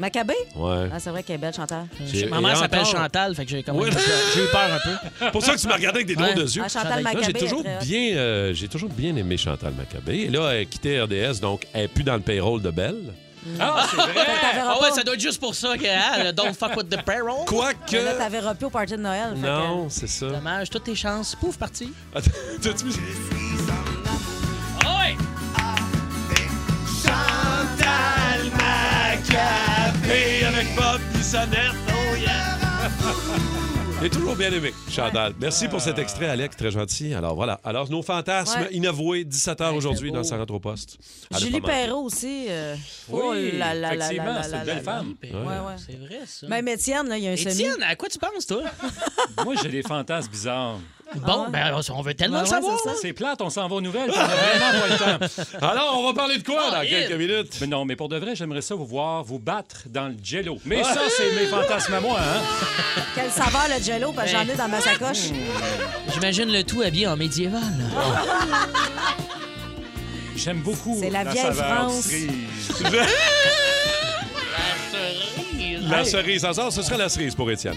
Speaker 4: Maccabée?
Speaker 3: Ouais.
Speaker 4: Ah, c'est vrai qu'elle est belle, chanteur.
Speaker 3: J'ai-
Speaker 5: Ma
Speaker 3: et
Speaker 5: mère s'appelle
Speaker 3: encore-
Speaker 5: Chantal, fait que j'ai quand
Speaker 3: Oui.
Speaker 5: même- j'ai eu peur un peu.
Speaker 3: Pour ça que tu me regardais avec des drôles
Speaker 5: Ouais.
Speaker 3: de yeux.
Speaker 4: Ah, Chantal
Speaker 3: Là, j'ai
Speaker 4: Maccabée.
Speaker 3: toujours
Speaker 4: elle est très hot.
Speaker 3: bien, euh, j'ai toujours bien aimé Chantal Maccabé. Et là, elle a quitté RDS, donc elle n'est plus dans le payroll de Belle.
Speaker 6: Ah, c'est vrai.
Speaker 4: Là, t'avais
Speaker 5: Ah
Speaker 4: repos-
Speaker 5: ouais, ça doit être juste pour ça que hein, le Don't fuck with the payroll.
Speaker 3: Quoique.
Speaker 4: Là, t'avais repos au party de Noël. fait que-
Speaker 3: Non, c'est ça.
Speaker 5: Dommage, toutes tes chances. Pouf, parti.
Speaker 3: Attends, t'as-tu mis-
Speaker 5: ouais!
Speaker 3: Chantal Maccabé avec Bob Bissonnette. Oh yeah! J'ai toujours bien aimé, Chantal. Merci pour cet extrait, Alex, très gentil. Alors voilà. Alors, nos fantasmes
Speaker 4: Ouais.
Speaker 3: inavoués, 17h aujourd'hui
Speaker 5: beau.
Speaker 3: dans Sa rentre au poste. Allez,
Speaker 4: Julie
Speaker 3: pas mal.
Speaker 4: Perrault aussi. euh,
Speaker 6: Oui,
Speaker 4: oh là là là là
Speaker 6: effectivement,
Speaker 4: là
Speaker 6: c'est
Speaker 4: là
Speaker 6: une belle
Speaker 4: là.
Speaker 6: femme.
Speaker 4: Ouais, ouais.
Speaker 5: C'est vrai, ça.
Speaker 4: Même Étienne, là, il y a un semi.
Speaker 5: Mm. Étienne, à quoi tu penses, toi?
Speaker 4: Ah.
Speaker 6: Moi, j'ai des fantasmes bizarres.
Speaker 5: Bon, ben, on veut tellement
Speaker 4: Ouais,
Speaker 5: le
Speaker 4: ouais,
Speaker 5: savoir.
Speaker 4: c'est ça.
Speaker 6: C'est plate, on s'en va aux nouvelles. puis On a vraiment pas le temps.
Speaker 3: Alors, on va parler de quoi dans
Speaker 5: Oh,
Speaker 3: quelques minutes?
Speaker 6: Mais non, mais pour de vrai, j'aimerais ça vous voir vous battre dans le jello. Mais ça, c'est mes fantasmes à moi, hein?
Speaker 4: Quelle saveur le jello, parce que j'en ai dans ma sacoche.
Speaker 5: J'imagine le tout habillé en médiéval. là.
Speaker 6: J'aime beaucoup
Speaker 4: C'est la vieille
Speaker 6: saveur
Speaker 4: France.
Speaker 6: du cerise.
Speaker 3: La cerise en sort, ce sera la cerise pour Étienne.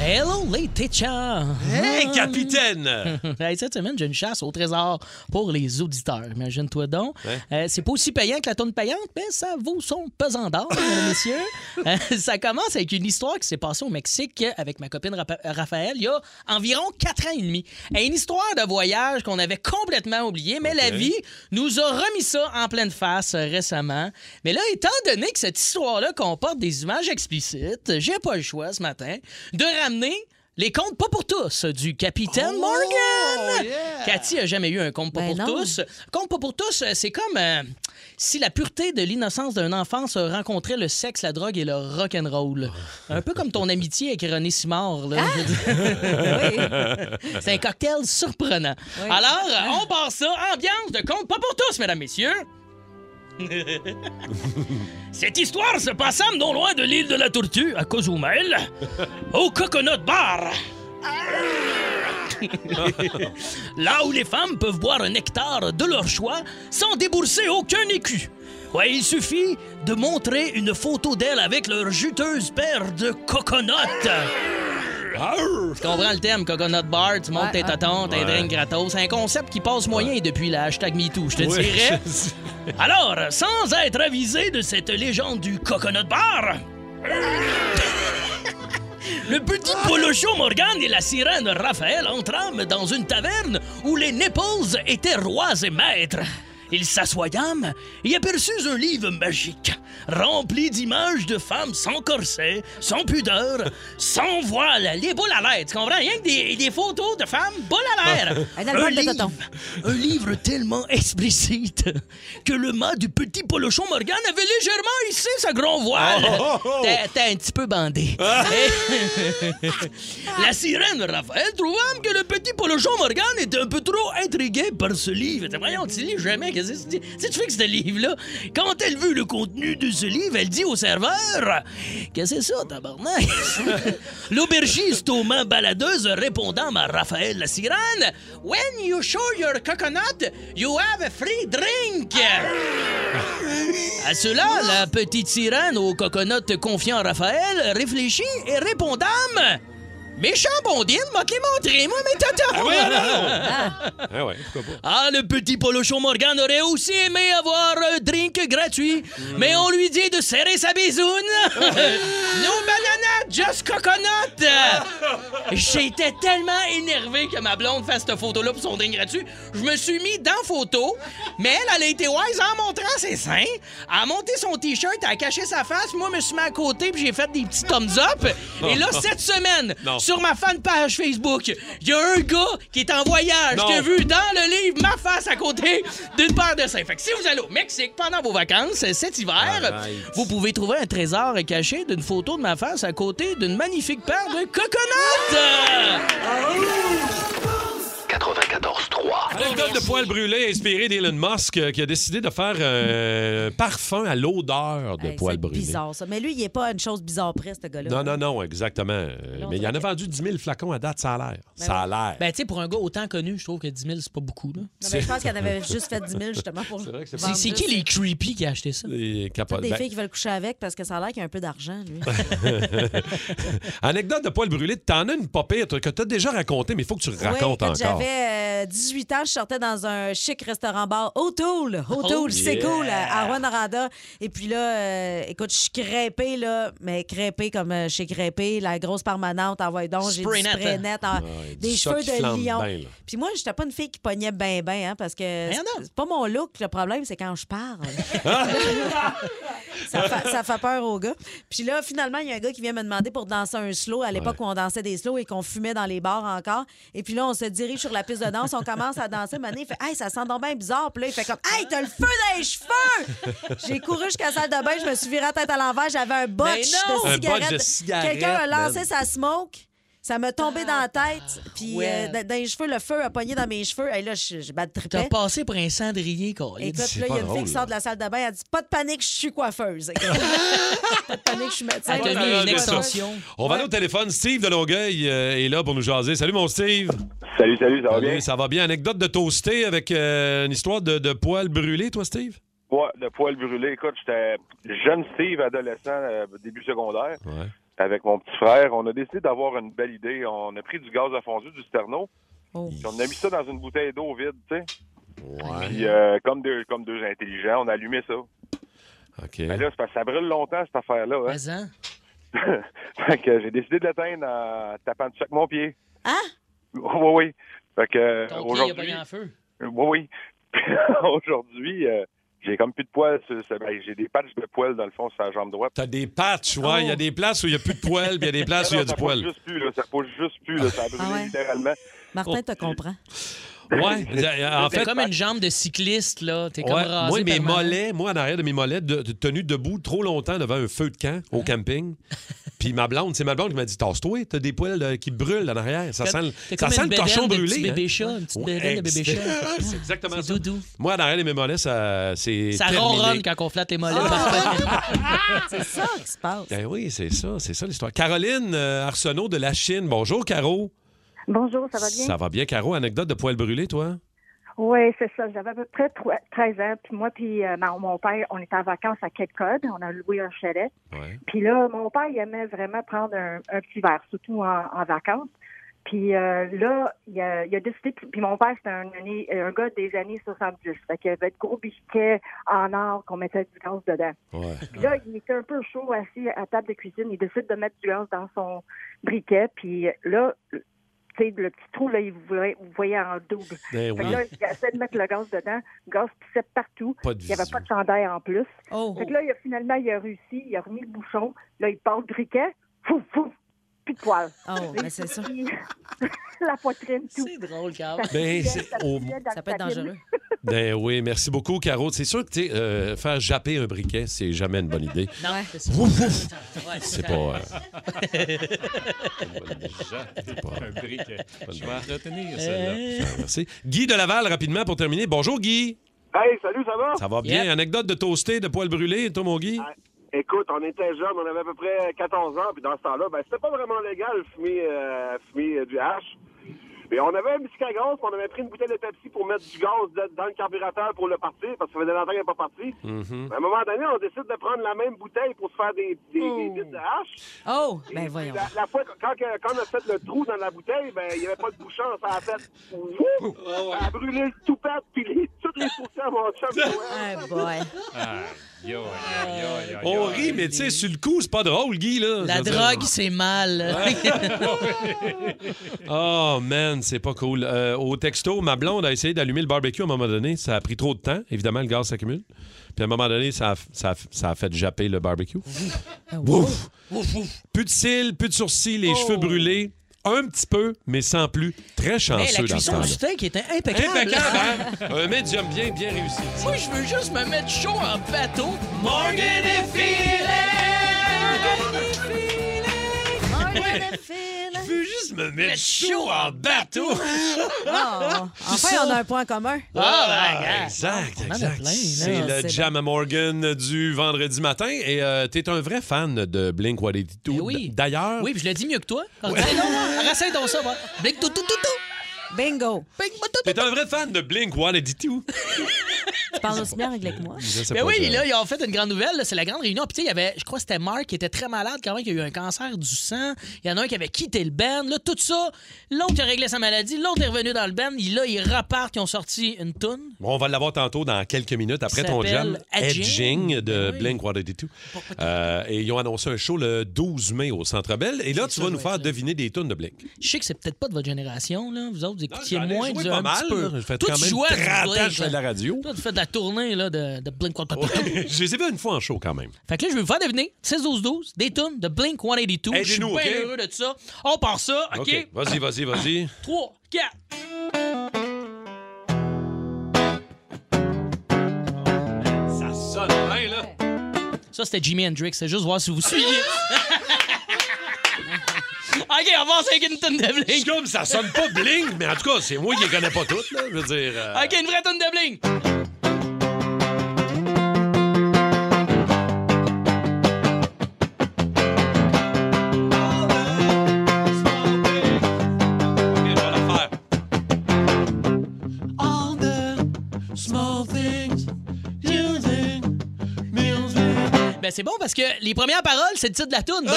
Speaker 5: Hello, les teachers!
Speaker 3: Hey, capitaine!
Speaker 5: Hey, cette semaine, j'ai une chasse au trésor pour les auditeurs. Imagine-toi donc. Euh, c'est pas aussi payant que la tonne payante, mais ça vaut son pesant d'or, mesdames et messieurs. Euh, ça commence avec une histoire qui s'est passée au Mexique avec ma copine Rapa- Raphaël il y a environ quatre ans et demi. Et une histoire de voyage qu'on avait complètement oubliée, mais la vie nous a remis ça en pleine face euh, récemment. Mais là, étant donné que cette histoire-là comporte des images explicites, j'ai pas le choix ce matin de ramener les comptes pas pour tous du capitaine Morgan. Cathy a jamais eu un compte pas
Speaker 4: Ben
Speaker 5: pour
Speaker 4: non.
Speaker 5: tous. Compte pas pour tous, euh, c'est comme euh, si la pureté de l'innocence d'un enfant se rencontrait le sexe, la drogue et le rock'n'roll. Un peu comme ton amitié avec René Simard. là. Je veux
Speaker 4: Ah!
Speaker 5: dire. C'est un cocktail surprenant. Alors, euh, on part ça. Ambiance de compte pas pour tous, mesdames, messieurs. Cette histoire se passa non loin de l'île de la Tortue, à Cozumel, au Coconut Bar. Là où les femmes peuvent boire un nectar de leur choix sans débourser aucun écu. Ouais, il suffit de montrer une photo d'elle avec leur juteuse paire de coconuts. Tu comprends le thème, Coconut Bar, tu montes tes tatons, tes drinks gratos. C'est un concept qui passe moyen depuis le hashtag MeToo, je te
Speaker 3: Oui,
Speaker 5: dirais.
Speaker 3: je sais.
Speaker 5: Alors, sans être avisé de cette légende du Coconut Bar, le petit Polocho Morgan et la sirène Raphaël entrâment dans une taverne où les Naples étaient rois et maîtres. Ils s'assoyâment et aperçurent un livre magique, rempli d'images de femmes sans corset, sans pudeur, sans voile, les boules à l'air. Tu comprends? Rien que des, des photos de femmes boules à l'air.
Speaker 4: Ah. Un album de
Speaker 5: livre-
Speaker 4: coton.
Speaker 5: un livre tellement explicite que le mât du petit polochon Morgan avait légèrement hissé sa grand voile.
Speaker 11: Oh,
Speaker 4: Ah.
Speaker 11: oh, oh.
Speaker 5: T'es- t'es un petit peu bandé. Et- La sirène Raphaël trouva que le petit polochon Morgan était un peu trop intrigué par ce livre. Elle dit, Voyons, tu lis jamais. Qu'est-ce que tu dis? Si tu fais que ce livre-là, quand elle veut le contenu de ce livre, elle dit au serveur Qu'est-ce que c'est ça, tabarnak? L'aubergiste aux mains baladeuses répondant à Raphaël la sirène When you show your coconut, you have a free drink. À cela, la petite sirène au coconut confiant Raphaël réfléchit et répondant Méchant bondine, m'a te les montrer, moi, mes tatas!
Speaker 3: Ah ouais, pourquoi pas?
Speaker 5: Ah, le petit polochon Morgan aurait aussi aimé avoir un drink gratuit, mais on lui dit de serrer sa bisoune. no banana, just coconut. J'étais tellement énervé que ma blonde fasse cette photo-là pour son drink gratuit. Je me suis mis dans photo, mais elle, elle a été wise en montrant ses seins. Elle a monté son T-shirt, elle a caché sa face. Moi, je me suis mis à côté puis j'ai fait des petits thumbs up. Et là, cette semaine,
Speaker 11: Non.
Speaker 5: sur ma fan page Facebook, il y a un gars qui est en voyage
Speaker 11: Non.
Speaker 5: qui a vu dans le livre ma face à côté d'une paire de seins. Fait que si vous allez au Mexique pendant vos vacances cet hiver,
Speaker 11: Arrête.
Speaker 5: vous pouvez trouver un trésor caché d'une photo de ma face à côté d'une magnifique paire de coconuts.
Speaker 3: 94-3. Anecdote Ah, de poils brûlés inspirée d'Elon Musk euh, qui a décidé de faire euh, un parfum à l'odeur de
Speaker 4: Hey,
Speaker 3: poils
Speaker 4: c'est
Speaker 3: brûlés.
Speaker 4: bizarre, ça. Mais lui, il n'est pas une chose bizarre près, ce gars-là.
Speaker 3: Non, non, non, exactement. Euh, Mais il y en a vendu 10 000 flacons à date, ça a l'air. Ça a l'air.
Speaker 5: Ben, tu sais, pour un gars autant connu, je trouve que 10 000, c'est pas beaucoup. Là.
Speaker 4: Non, mais je pense qu'il en avait juste fait 10 000 justement pour.
Speaker 5: C'est-
Speaker 4: vendre
Speaker 5: C'est
Speaker 4: juste
Speaker 5: qui les creepy qui a acheté ça?
Speaker 3: Les capotes.
Speaker 4: Toutes des
Speaker 3: Ben,
Speaker 4: filles qui veulent coucher avec parce que ça a l'air qu'il y a un peu d'argent, lui.
Speaker 3: Ben, Anecdote de poils brûlés, t'en as une pas pire toi, que t'as déjà raconté, mais il faut que tu racontes
Speaker 4: oui, quand
Speaker 3: encore.
Speaker 4: J'avais euh, 18 ans, je sortais dans un chic restaurant-bar O'Toole. O'Toole,
Speaker 3: Oh,
Speaker 4: c'est
Speaker 3: yeah.
Speaker 4: cool, euh, à Rouen-Noranda. Et puis là, euh, écoute, je suis crêpée, là, mais crêpée comme euh, chez crêpée, la grosse permanente, en voyant donc, j'ai du
Speaker 11: Spray net,
Speaker 4: spray
Speaker 11: hein.
Speaker 4: net, en-
Speaker 11: Ouais, du
Speaker 4: des
Speaker 11: choc
Speaker 4: cheveux
Speaker 11: qui flambe
Speaker 4: de lion.
Speaker 11: bien, là.
Speaker 4: puis moi, j'étais pas une fille qui pognait ben ben, hein, parce que c'est c'est pas mon look, le problème, c'est quand je parle. ça, fait, ça fait peur aux gars. Puis là, finalement, il y a un gars qui vient me demander pour danser un slow à l'époque où on dansait des slows et qu'on fumait dans les bars encore. Et puis là, on se dirige sur la piste de danse, on commence à danser. Mané, il fait Hey, ça sent donc bien bizarre. Puis là, il fait comme Hey, t'as le feu dans les cheveux! J'ai couru jusqu'à la salle de bain, je me suis virée la tête à l'envers, j'avais un botch
Speaker 11: Mais non!
Speaker 4: de
Speaker 11: Un
Speaker 4: cigarette.
Speaker 11: botch de cigarette,
Speaker 4: Quelqu'un a lancé
Speaker 11: man.
Speaker 4: sa smoke. Ça m'a tombé dans la tête, puis
Speaker 5: ouais.
Speaker 4: euh, dans les cheveux, le feu a pogné dans mes cheveux. Et là, je, je bad
Speaker 5: T'as
Speaker 4: trippais.
Speaker 5: passé pour un cendrier, quoi.
Speaker 4: Écoute, là, il y a une fille qui sort de la salle de bain, elle dit Pas de panique, je suis coiffeuse. pas de panique, je suis médecin.
Speaker 5: Elle t'a mis une extension.
Speaker 3: On va aller au téléphone. Steve de Longueuil euh, est là pour nous jaser. Salut, mon Steve.
Speaker 12: Salut, salut, ça va bien?
Speaker 3: Ça va bien. Anecdote de toasté avec euh, une histoire de, de poils brûlés, toi, Steve?
Speaker 12: Ouais, le poil brûlé. Écoute, j'étais jeune Steve, adolescent, euh, début secondaire. Avec mon petit frère, on a décidé d'avoir une belle idée. On a pris du gaz à fondu, du sterno.
Speaker 5: Oh.
Speaker 12: Puis on a mis ça dans une bouteille d'eau vide, tu sais. Puis, euh, comme, deux, comme deux intelligents, on a allumé ça.
Speaker 3: OK.
Speaker 12: Mais là, c'est parce que ça brûle longtemps, cette affaire-là. hein.
Speaker 5: Euh,
Speaker 12: fait que j'ai décidé de l'atteindre en tapant du sac mon pied.
Speaker 4: Hein?
Speaker 12: Oui, oui. Fait que euh,
Speaker 5: Ah! Ton pied, il a
Speaker 12: aujourd'hui...
Speaker 5: pogné en feu.
Speaker 12: Euh, Oui, oui. Aujourd'hui, euh, j'ai comme plus de poils. sur- sur- ben, j'ai des patchs de poils, dans le fond, sur la jambe droite.
Speaker 3: T'as des patchs, ouais. Il
Speaker 5: Oh.
Speaker 3: y a des places où il n'y a plus de poils, puis il y a des places où il y a
Speaker 12: Non,
Speaker 3: du
Speaker 12: ça pousse
Speaker 3: poil.
Speaker 12: juste plus, là, ça pousse juste plus. Là, ça a brûlé
Speaker 4: Ah ouais.
Speaker 12: littéralement.
Speaker 4: Martin te comprend.
Speaker 3: Ouais. En
Speaker 5: T'as
Speaker 3: fait,
Speaker 5: comme une jambe de cycliste, là. T'es comme
Speaker 3: Ouais,
Speaker 5: rasé
Speaker 3: moi, mes
Speaker 5: permanent.
Speaker 3: mollets, moi, en arrière de mes mollets, de, de- tenu debout trop longtemps devant un feu de camp
Speaker 5: Ah.
Speaker 3: au camping. Puis ma blonde, c'est ma blonde qui m'a dit Tasse-toi, t'as des poils euh, qui brûlent en arrière. Ça
Speaker 5: T'as-
Speaker 3: sent, le-
Speaker 5: t'as
Speaker 3: ça
Speaker 5: comme
Speaker 3: sent
Speaker 5: une
Speaker 3: le cochon
Speaker 5: bédaine de
Speaker 3: brûlé.
Speaker 5: petit
Speaker 3: hein.
Speaker 5: bébé chat, une petite
Speaker 3: Ouais,
Speaker 5: bédaine de bébé
Speaker 3: ex-
Speaker 5: chat.
Speaker 3: C'est exactement ça.
Speaker 5: doudou.
Speaker 3: Moi, en arrière de mes mollets, ça, c'est.
Speaker 5: Ça
Speaker 3: terminé. Ah,
Speaker 5: ronronne quand on flatte les mollets. Ah!
Speaker 4: C'est ça qui se passe.
Speaker 3: Ben oui, c'est ça, c'est ça l'histoire. Caroline euh, Arsenault de la Chine. Bonjour, Caro.
Speaker 13: Bonjour, ça va bien?
Speaker 3: Ça va bien, Caro? Anecdote de poils brûlés, toi?
Speaker 13: Oui, c'est ça. J'avais à peu près trois- 13 ans. Puis moi, puis euh, ma- mon père, on était en vacances à Cape Cod. On a loué un chalet.
Speaker 3: Ouais.
Speaker 13: Puis là, mon père, il aimait vraiment prendre un, un petit verre, surtout en, en vacances. Puis euh, là, il a, il a décidé. Puis mon père, c'était un, année- un gars des années 70. Fait qu'il avait de gros biquets en or qu'on mettait du gaz dedans. Puis là, il était un peu chaud assis à table de cuisine. Il décide de mettre du gaz dans son briquet. Puis là, tu sais, le petit trou, là, il voulait- vous voyez en double.
Speaker 3: Ben
Speaker 13: Fait que
Speaker 3: oui.
Speaker 13: là, il essaie de mettre le gaz dedans. Le gaz pissait partout.
Speaker 3: Pas de
Speaker 13: il n'y avait
Speaker 3: visu.
Speaker 13: pas de chandail en plus.
Speaker 4: Oh.
Speaker 13: Fait que là, il a- finalement, il a réussi. Il a remis le bouchon. Là, il part le briquet. Fouf, fouf. Plus de poil.
Speaker 4: Oh, ben c'est ça.
Speaker 13: la poitrine, tout.
Speaker 5: C'est drôle, Carl.
Speaker 3: Ben, c'est- au-
Speaker 4: Ça peut être dangereux.
Speaker 3: Ben oui, merci beaucoup, Caro. C'est sûr que tu sais, euh, faire japper un briquet, c'est jamais une bonne idée.
Speaker 5: Non, c'est ça.
Speaker 3: Ouf, ouf.
Speaker 5: Ouais,
Speaker 3: C'est
Speaker 5: ça.
Speaker 3: pas. euh,
Speaker 6: Un briquet. Je vais
Speaker 3: bonne
Speaker 6: en
Speaker 5: Eh.
Speaker 6: retenir celle-là.
Speaker 3: Ah, Merci. Guy de Laval, rapidement pour terminer. Bonjour, Guy.
Speaker 11: Hey, salut, ça va?
Speaker 3: Ça va bien? Anecdote de toasté, de poil brûlé, et toi, mon Guy?
Speaker 11: Écoute, on était jeunes, on avait à peu près 14 ans, puis dans ce temps-là, ben, c'était pas vraiment légal fumer, euh, fumer euh, du hash. Mais on avait un petit cagos, puis on avait pris une bouteille de Pepsi pour mettre du gaz de- dans le carburateur pour le partir, parce que ça faisait longtemps qu'il n'est pas parti. Mais À un moment donné, on décide de prendre la même bouteille pour se faire des, des, des bits de hash.
Speaker 4: Oh,
Speaker 11: Et
Speaker 4: ben
Speaker 11: puis,
Speaker 4: voyons.
Speaker 11: La, la fois, que- quand, que- quand on a fait le trou dans la bouteille, ben, il n'y avait pas de bouchon, ça a fait. Wouh! Ça a brûlé le toupette, puis les, toutes les sourcils à mon chum.
Speaker 4: Ah, boy.
Speaker 6: Aïe, aïe, aïe, aïe, aïe,
Speaker 3: On
Speaker 6: aïe.
Speaker 3: rit, mais tu sais, sur le coup, c'est pas drôle, Guy, là. Je
Speaker 5: La
Speaker 3: veux dire-
Speaker 5: drogue, c'est mal.
Speaker 3: Oh man, c'est pas cool. Euh, au texto, ma blonde a essayé d'allumer le barbecue à un moment donné. Ça a pris trop de temps. Évidemment, le gaz s'accumule. Puis à un moment donné, ça a, ça a- ça a fait japper le barbecue.
Speaker 5: Ah
Speaker 3: Ouf. Plus de cils, plus de sourcils, les cheveux brûlés. Un petit peu, mais sans plus.
Speaker 5: Oh.
Speaker 3: Très
Speaker 5: Mais la
Speaker 3: chanceux Ah, dans ce
Speaker 5: cuisson Ah
Speaker 3: temps-là.
Speaker 5: du steak était impeccable.
Speaker 3: Impeccable, hein? Un médium bien, bien réussi.
Speaker 5: Moi, je veux juste me mettre chaud en bateau.
Speaker 3: Morgan et Je veux juste me mettre chaud en bateau.
Speaker 5: Ah,
Speaker 4: Oh, enfin, on a un point commun.
Speaker 5: my
Speaker 3: Ah,
Speaker 5: God.
Speaker 3: exact,
Speaker 5: en a
Speaker 3: exact.
Speaker 5: plein, là.
Speaker 3: C'est
Speaker 5: C'est
Speaker 3: le
Speaker 5: bon.
Speaker 3: Jam à Morgan du vendredi matin. Et euh, t'es un vrai fan de Blink 182.
Speaker 5: Eh oui.
Speaker 3: D'ailleurs.
Speaker 5: Oui, puis je le dis mieux que toi. Hey, non, non, rassais donc ça, va. Blic tout, tout, tout, tout.
Speaker 4: Bingo.
Speaker 3: T'es un vrai fan de Blink 182.
Speaker 4: Tu parles aussi bien anglais que moi.
Speaker 3: Je sais
Speaker 5: Ben
Speaker 3: pas,
Speaker 5: oui,
Speaker 3: je-
Speaker 5: là, ils ont fait une grande nouvelle. là, C'est la grande réunion. Puis, tu sais, il y avait, je crois que c'était Mark qui était très malade quand même, qui a eu un cancer du sang. Il y en a un qui avait quitté le band. Là, tout ça. L'autre qui a réglé sa maladie. L'autre est revenu dans le band. Il- Là, ils repartent. Ils ont sorti une toune.
Speaker 3: Bon, on va l'avoir tantôt dans quelques minutes après
Speaker 5: Ça
Speaker 3: ton jam.
Speaker 5: s'appelle Edging. Ben
Speaker 3: de Blink 182. Euh, et ils ont annoncé un show le 12 mai au Centre Bell. Et là, tu vas nous faire deviner des tunes de Blink.
Speaker 5: Je sais que c'est peut-être pas de votre génération, là. Vous autres, vous écoutiez
Speaker 3: j'en ai
Speaker 5: moins
Speaker 3: joué
Speaker 5: du
Speaker 3: pas
Speaker 5: un
Speaker 3: mal,
Speaker 5: petit peu.
Speaker 3: là. J'ai fait
Speaker 5: Toi,
Speaker 3: quand
Speaker 5: tu
Speaker 3: même
Speaker 5: jouais à du
Speaker 3: 30 ans,
Speaker 5: Blake,
Speaker 3: je fais de la
Speaker 5: là.
Speaker 3: radio.
Speaker 5: Toi, tu fais de la tournée là, de, de Blink 182.
Speaker 3: Je les ai vus une fois en show quand même.
Speaker 5: Fait que là, je vais vous faire deviner 16-12-12, des tunes de Blink 182. Je suis
Speaker 3: Aidez-nous,
Speaker 5: bien
Speaker 3: OK?
Speaker 5: heureux de ça. On part ça, OK?
Speaker 3: Vas-y, vas-y, vas-y.
Speaker 5: 3, 4.
Speaker 3: Ça sonne bien, là.
Speaker 5: Ça, c'était Jimi Hendrix. C'est juste voir si vous suivez. OK, on va avec une tune de Blink.
Speaker 3: C'est comme ça sonne pas Blink, mais en tout cas, c'est moi qui les connais pas toutes, là. Je veux dire. euh,
Speaker 5: OK, une vraie tune de Blink.
Speaker 3: All the small things you think means
Speaker 5: Ben, c'est bon parce que les premières paroles, c'est le titre de la tune. Bravo,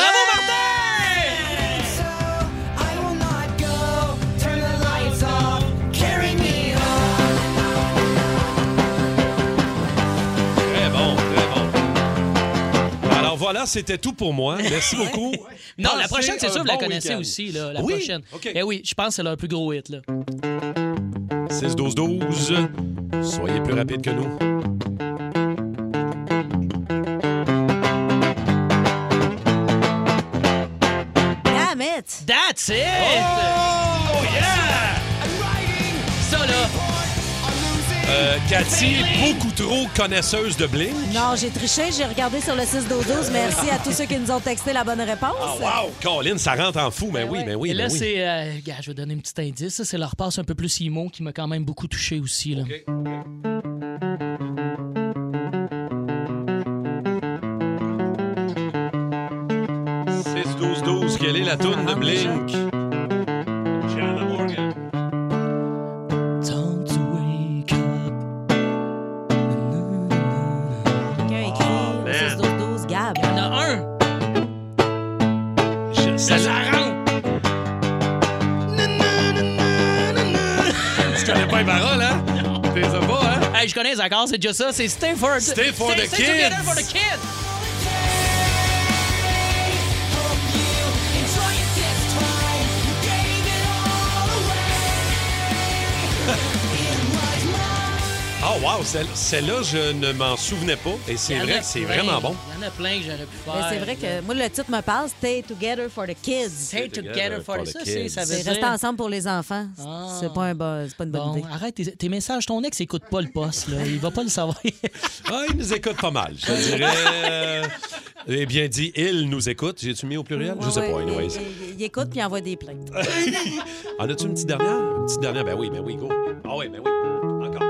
Speaker 3: Très bon, très bon. Alors voilà, c'était tout pour moi. Merci beaucoup.
Speaker 5: Non, la
Speaker 3: Passez
Speaker 5: prochaine, c'est
Speaker 3: un
Speaker 5: sûr, vous la
Speaker 3: bon
Speaker 5: connaissez
Speaker 3: week-end.
Speaker 5: aussi, là, la
Speaker 3: Oui?
Speaker 5: prochaine.
Speaker 3: OK.
Speaker 5: Eh oui, je pense que c'est leur plus gros hit, là.
Speaker 3: 6-12-12. Soyez plus rapide que nous.
Speaker 4: Damn it!
Speaker 5: That's it! Oh,
Speaker 3: yeah!
Speaker 5: Ça, là,
Speaker 3: Euh, Cathy, beaucoup trop connaisseuse de Blink.
Speaker 4: Non, j'ai triché, j'ai regardé sur le 6 12 Merci à tous ceux qui nous ont texté la bonne réponse.
Speaker 3: Ah, Wow, Colin, ça rentre en fou. Mais oui, mais oui,
Speaker 5: Et là,
Speaker 3: mais Eh ben oui.
Speaker 5: c'est. euh, gars, je vais donner un petit indice. Ça, C'est leur passe un peu plus Simon qui m'a quand même beaucoup touché aussi. Là.
Speaker 3: C'est 12-12, quelle est la toune de Blink?
Speaker 4: Quelqu'un a écrit au
Speaker 3: Ah,
Speaker 4: 6 12 Gab.
Speaker 5: Il y en a un.
Speaker 3: Ça,
Speaker 5: ça rentre.
Speaker 3: Tu connais pas les paroles, hein? T'es pas, hein?
Speaker 5: Hey, je connais les accords, c'est déjà ça. C'est Stay for,
Speaker 3: Stay for the
Speaker 5: together
Speaker 3: kids.
Speaker 5: for the kids.
Speaker 3: Ah, wow, celle- celle-là, je ne m'en souvenais pas. Et c'est
Speaker 5: Il y en
Speaker 3: vrai
Speaker 5: a
Speaker 3: que c'est
Speaker 5: plein.
Speaker 3: vraiment bon.
Speaker 5: Il y en a plein que j'aurais pu faire.
Speaker 4: Mais c'est vrai que moi, le titre me parle Stay Together for the Kids.
Speaker 5: Stay together for the Ça, c'est- ça veut
Speaker 4: C'est
Speaker 5: dire-
Speaker 4: rester ensemble pour les enfants.
Speaker 3: Ah.
Speaker 4: C'est pas, un bon- c'est pas une bonne
Speaker 5: Bon,
Speaker 4: idée.
Speaker 5: arrête tes, tes messages. Ton ex écoute pas le poste. Là. Il va pas le savoir.
Speaker 3: Ah, il nous écoute pas mal, je te dirais. euh, Eh bien dit, il nous écoute. J'ai-tu mis au pluriel? je sais
Speaker 4: Ouais,
Speaker 3: pas,
Speaker 4: ouais,
Speaker 3: anyways.
Speaker 4: il- il- Il écoute puis il envoie des plaintes.
Speaker 3: En as-tu une petite dernière? Une petite dernière? Ben oui, ben oui, go. Ah oui, ben oui. Encore.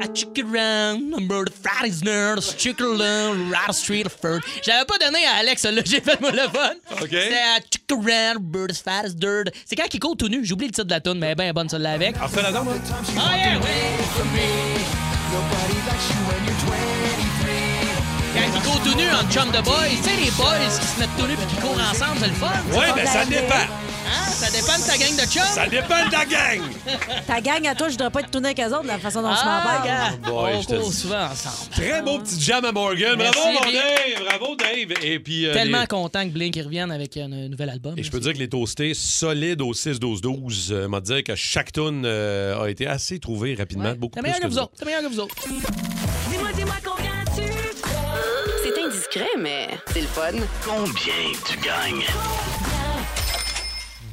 Speaker 5: I chicken round, number the Friday's nerds, chicken round, right street of Ferd. J'avais pas donné à Alex, là, j'ai fait moi le fun.
Speaker 3: OK.
Speaker 5: C'était à chicken round, number the Friday's dirt. C'est quand il court tout nu, j'oublie le titre de la tune, mais elle est bien bonne celle-là avec.
Speaker 3: Ah, fais la dame,
Speaker 5: Oh yeah! Quand il court tout nu en chum de boys, tu sais, les boys qui se mettent tout nu puis qui courent ensemble, c'est le fun.
Speaker 3: Oui,
Speaker 5: C'est
Speaker 3: mais
Speaker 5: pas
Speaker 3: ben, ça
Speaker 5: de la-
Speaker 3: dépend.
Speaker 5: Hein? Ça dépend de ta gang de chums.
Speaker 3: ben Ça dépend de ta gang.
Speaker 4: Ta gang à toi, je devrais pas être tourné avec eux autres de la façon dont tu m'en
Speaker 5: Ah,
Speaker 4: parles.
Speaker 5: gars.
Speaker 3: Boy,
Speaker 5: on
Speaker 3: je te
Speaker 5: court
Speaker 3: dis.
Speaker 5: souvent ensemble.
Speaker 3: Très beau petit jam à Morgan.
Speaker 5: Merci,
Speaker 3: bravo, mon
Speaker 5: Blink.
Speaker 3: Dave. Bravo, Dave. Et puis, euh,
Speaker 5: Tellement
Speaker 3: les-
Speaker 5: content que Blink il revienne avec un, un nouvel album.
Speaker 3: Et je peux dire que les toastés solides au 6-12-12, euh, m'a dire que chaque tune euh, a été assez trouvée rapidement, beaucoup
Speaker 5: T'es
Speaker 3: plus
Speaker 5: meilleur
Speaker 3: que
Speaker 5: que vous
Speaker 3: nous autres.
Speaker 5: autres. T'es meilleur que vous autres.
Speaker 14: Dis-moi, dis-moi combien tu C'est indiscret, mais c'est le fun. Combien tu gagnes?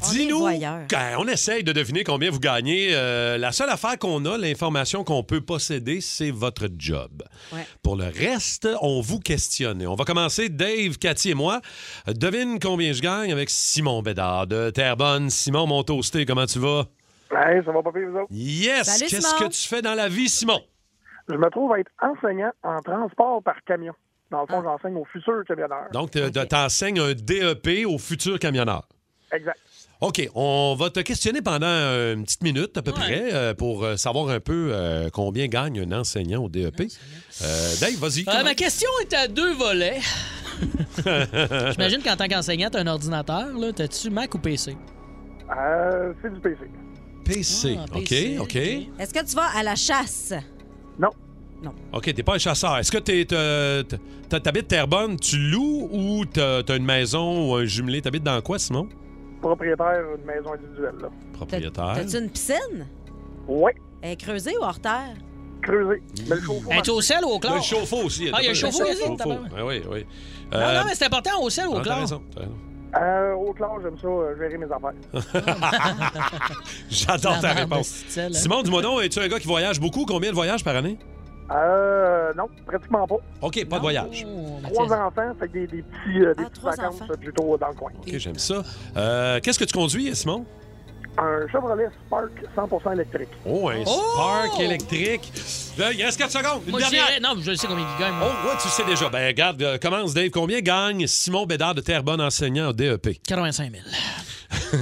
Speaker 3: Dis-nous, quand on essaye de deviner combien vous gagnez, euh, la seule affaire qu'on a, l'information qu'on peut posséder, c'est votre job.
Speaker 15: Ouais.
Speaker 3: Pour le reste, on vous questionne. Et On va commencer, Dave, Cathy et moi. Euh, Devine combien je gagne avec Simon Bédard de Terrebonne. Simon, mon toasté, comment tu vas?
Speaker 16: Ouais, ça va pas pire, vous autres?
Speaker 3: Yes!
Speaker 16: Salut,
Speaker 3: Qu'est-ce
Speaker 16: Simon.
Speaker 3: que tu fais dans la vie, Simon?
Speaker 16: Je me trouve à être enseignant en transport par camion. Dans le
Speaker 4: Ah.
Speaker 16: fond, j'enseigne aux futurs camionneurs.
Speaker 3: Donc, tu t'enseignes un DEP au futur camionneur.
Speaker 16: Exact.
Speaker 3: OK, on va te questionner pendant euh, une petite minute à peu près euh, pour euh, savoir un peu euh, combien gagne un enseignant au DEP. Euh, Dave, vas-y.
Speaker 5: Euh, ma question est à deux volets.
Speaker 3: J'imagine
Speaker 5: J'imagine qu'en tant qu'enseignant, t'as un ordinateur, là. T'as-tu Mac ou PC?
Speaker 16: Euh, c'est du PC.
Speaker 3: PC.
Speaker 5: Ah, PC,
Speaker 3: OK, OK.
Speaker 4: Est-ce que tu vas à la chasse?
Speaker 3: OK, t'es pas un chasseur. Est-ce que t'es, t'es- t'es- t'habites Terrebonne, tu loues ou t'as, t'as une maison ou un jumelé? T'habites dans quoi, Simon?
Speaker 16: Propriétaire d'une maison individuelle, là.
Speaker 3: Propriétaire.
Speaker 4: T'as-tu une piscine?
Speaker 16: Oui.
Speaker 4: Elle est creusée ou hors terre?
Speaker 16: Creusée. Mais le chauffe-eau.
Speaker 5: Es-tu au sel ou au chlore?
Speaker 3: Il y a un chauffe-eau aussi.
Speaker 5: Ah, il y a un chauffe-eau, il y a un
Speaker 3: chauffe-eau.
Speaker 5: tabarouette.
Speaker 3: Ah, Oui, oui.
Speaker 5: Non,
Speaker 3: Euh,
Speaker 5: non, mais c'est important, au sel ou au
Speaker 3: ah, t'as
Speaker 5: chlore?
Speaker 3: raison, t'as raison.
Speaker 16: Euh, au clair, j'aime ça, euh, gérer mes affaires.
Speaker 3: J'adore
Speaker 16: La
Speaker 3: ta
Speaker 16: barbe
Speaker 3: réponse.
Speaker 16: de style, hein?
Speaker 3: Simon, dis-moi donc, es-tu un gars qui voyage beaucoup? Combien de voyages par année?
Speaker 16: Euh, non, pratiquement pas.
Speaker 3: OK, pas de voyage.
Speaker 5: Oh,
Speaker 4: Ah,
Speaker 16: Trois enfants, fait que des, des petits, euh, des petites vacances euh, plutôt dans le coin.
Speaker 3: OK, j'aime ça. Euh, Qu'est-ce que tu conduis, Simon?
Speaker 16: Un Chevrolet Spark 100% électrique.
Speaker 3: Oh, un
Speaker 16: Oh!
Speaker 3: Spark électrique. Là, il reste 4 secondes. Une
Speaker 5: Moi, je
Speaker 3: dernière.
Speaker 5: dirais- Non, je sais combien il gagne.
Speaker 3: Oh, ouais, tu sais déjà. Ben, regarde, euh, commence, Dave. Combien gagne Simon Bédard de Terrebonne, enseignant au E DEP?
Speaker 5: 85 000.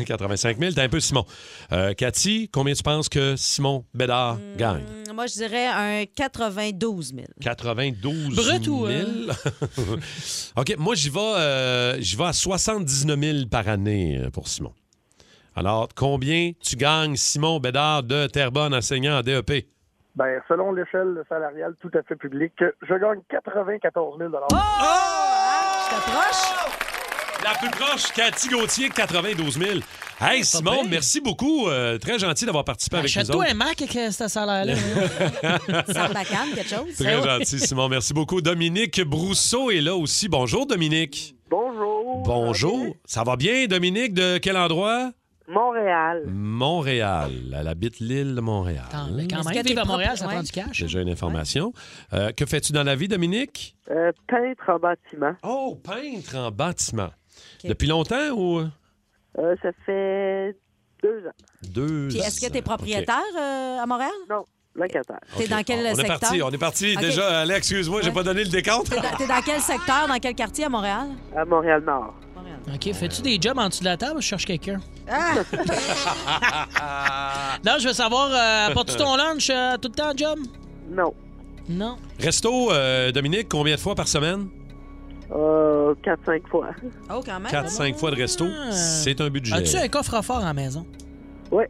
Speaker 3: 85 000, t'es un peu Simon. Euh, Cathy, combien tu penses que Simon Bédard gagne?
Speaker 4: Hum, Moi, je dirais un 92 000.
Speaker 3: 92
Speaker 4: Brut ou,
Speaker 3: 000.
Speaker 4: euh?
Speaker 3: OK, moi, j'y vais, euh, j'y vais à 79 000 par année euh, pour Simon. Alors, combien tu gagnes, Simon Bédard, de Terrebonne, enseignant E en DEP?
Speaker 16: Ben, selon l'échelle salariale tout à fait publique, je gagne 94 000
Speaker 4: Je t'approche?
Speaker 3: La plus proche, Cathy Gauthier, 92 000. Hey, Simon, merci beaucoup. Euh, très gentil d'avoir participé avec nous
Speaker 5: Achète-toi
Speaker 3: autres.
Speaker 5: un Mac avec euh, ce salaire-là.
Speaker 4: Bacane, quelque chose?
Speaker 3: Très gentil, Simon. Merci beaucoup. Dominique Brousseau est là aussi. Bonjour, Dominique.
Speaker 17: Bonjour.
Speaker 3: Bonjour. Ça va bien, Dominique? De quel endroit?
Speaker 17: Montréal.
Speaker 3: Montréal. Elle habite l'île de Montréal.
Speaker 5: Mais quand
Speaker 17: Est-ce
Speaker 5: même,
Speaker 17: que
Speaker 5: vivre
Speaker 17: t'es
Speaker 5: à Montréal,
Speaker 17: propre?
Speaker 5: ça
Speaker 17: Ouais.
Speaker 5: prend du cash.
Speaker 3: Déjà une information. Euh, que fais-tu dans la vie, Dominique?
Speaker 17: Euh, peintre en bâtiment.
Speaker 3: Oh, peintre en bâtiment. Depuis longtemps ou
Speaker 17: Euh, ça fait deux ans.
Speaker 3: deux
Speaker 4: Puis est-ce que tu es
Speaker 3: ans?
Speaker 4: propriétaire euh, à Montréal?
Speaker 17: Non, locataire.
Speaker 4: T'es dans quel
Speaker 3: OK. On est
Speaker 4: secteur?
Speaker 3: parti, on est parti.
Speaker 4: OK.
Speaker 3: Déjà, Alex, excuse-moi, j'ai pas donné le décompte.
Speaker 4: T'es dans- T'es dans quel secteur, dans quel quartier à Montréal?
Speaker 17: À Montréal-Nord.
Speaker 5: OK, fais-tu des jobs en dessous de la table? Je cherche quelqu'un.
Speaker 4: Ah!
Speaker 5: Là, je veux savoir, euh, apportes-tu ton lunch euh, tout le temps, job?
Speaker 17: Non.
Speaker 5: Non.
Speaker 3: Resto, euh, Dominique, combien de fois par semaine?
Speaker 17: Euh, quatre, cinq fois.
Speaker 4: Oh, quand même.
Speaker 3: 4-5 fois de resto. C'est un budget.
Speaker 5: As-tu un coffre-fort à la maison? Oh,
Speaker 17: Oui.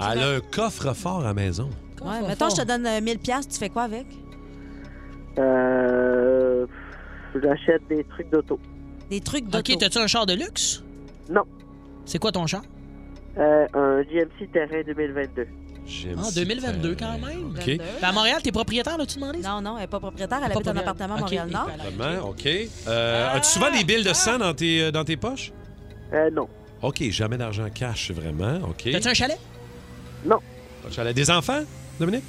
Speaker 3: Elle a un Ah, coffre-fort à la maison.
Speaker 4: Ouais, mettons, je te donne euh, 1000 pièces, tu fais quoi avec?
Speaker 17: Euh, j'achète des trucs d'auto.
Speaker 4: Des trucs
Speaker 5: d'auto. OK, t'as-tu un char de luxe?
Speaker 17: Non.
Speaker 5: C'est quoi ton char?
Speaker 17: Euh, un GMC Terrain 2022.
Speaker 5: En
Speaker 3: euh,
Speaker 5: 2022, quand même.
Speaker 3: OK.
Speaker 5: Puis À Montréal, t'es propriétaire, là, tu demandais?
Speaker 4: Non, non, elle n'est pas propriétaire. Elle habite un appartement à
Speaker 5: Ok,
Speaker 4: Montréal-Nord.
Speaker 3: Vraiment? OK. Euh, As-tu souvent des billes de sang dans tes, euh, dans tes poches?
Speaker 17: Euh, non.
Speaker 3: OK, jamais d'argent cash, vraiment. OK.
Speaker 5: T'as-tu un chalet?
Speaker 17: Non.
Speaker 3: Un chalet. Des enfants, Dominique?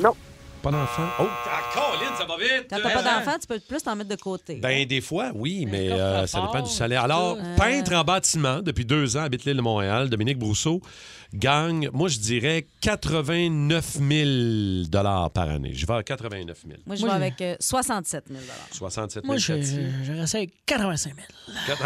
Speaker 17: Non.
Speaker 3: Pas d'enfants? Oh! Ah, Colin, ça va vite!
Speaker 4: Quand t'as pas d'enfant, tu peux plus t'en mettre de côté.
Speaker 3: Ben, des fois, oui, mais euh, ça dépend du
Speaker 4: rapport,
Speaker 3: salaire. Alors,
Speaker 4: tout ça. hein.
Speaker 3: peintre en bâtiment, depuis deux ans, habite l'île de Montréal, Dominique Brousseau, gagne, moi, je dirais 89 000 par année. Je vais à 89 000.
Speaker 4: Moi, je vais avec euh, 67 000
Speaker 3: 67
Speaker 5: Moi, je
Speaker 3: 400.
Speaker 5: je restais avec 85 000.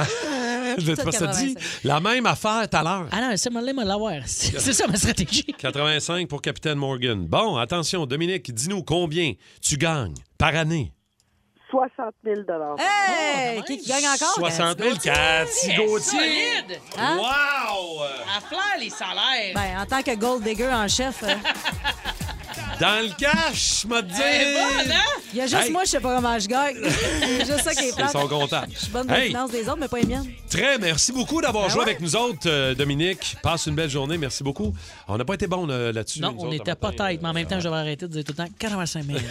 Speaker 3: Je vais te faire ça dit. La même affaire tout à l'heure.
Speaker 5: Ah non, c'est mon me l'avoir. C'est c'est ça ma stratégie.
Speaker 3: 85 pour Capitaine Morgan. Bon, attention, Dominique, dis-nous combien tu gagnes par année.
Speaker 4: Oh,
Speaker 17: 60 000
Speaker 4: Hey! qui, qui gagne encore?
Speaker 3: 60 000, Cathy Gauthier.
Speaker 5: Solide!
Speaker 4: Hein?
Speaker 3: Wow!
Speaker 5: À flair les salaires!
Speaker 4: Ben, en tant que gold digger en chef, euh,
Speaker 3: Dans le cash, m'a dit.
Speaker 4: Eh,
Speaker 5: Ah,
Speaker 4: bonne, hein? il y a juste
Speaker 3: Hey,
Speaker 4: moi, je sais pas comment je gagne. C'est juste ça qui est
Speaker 3: Ils
Speaker 4: plate.
Speaker 3: sont comptables.
Speaker 4: Je suis bonne dans les
Speaker 3: Hey,
Speaker 4: finances des autres, mais pas les miennes.
Speaker 3: Très, merci beaucoup d'avoir
Speaker 4: Ben
Speaker 3: joué
Speaker 4: ouais.
Speaker 3: avec nous autres, euh, Dominique. Passe une belle journée, merci beaucoup. On n'a pas été bon euh, là-dessus.
Speaker 5: Non,
Speaker 3: nous
Speaker 5: on
Speaker 3: autres,
Speaker 5: était
Speaker 3: en
Speaker 5: pas
Speaker 3: matin.
Speaker 5: tête, mais en même temps, je devrais arrêter de dire tout le temps 85 000.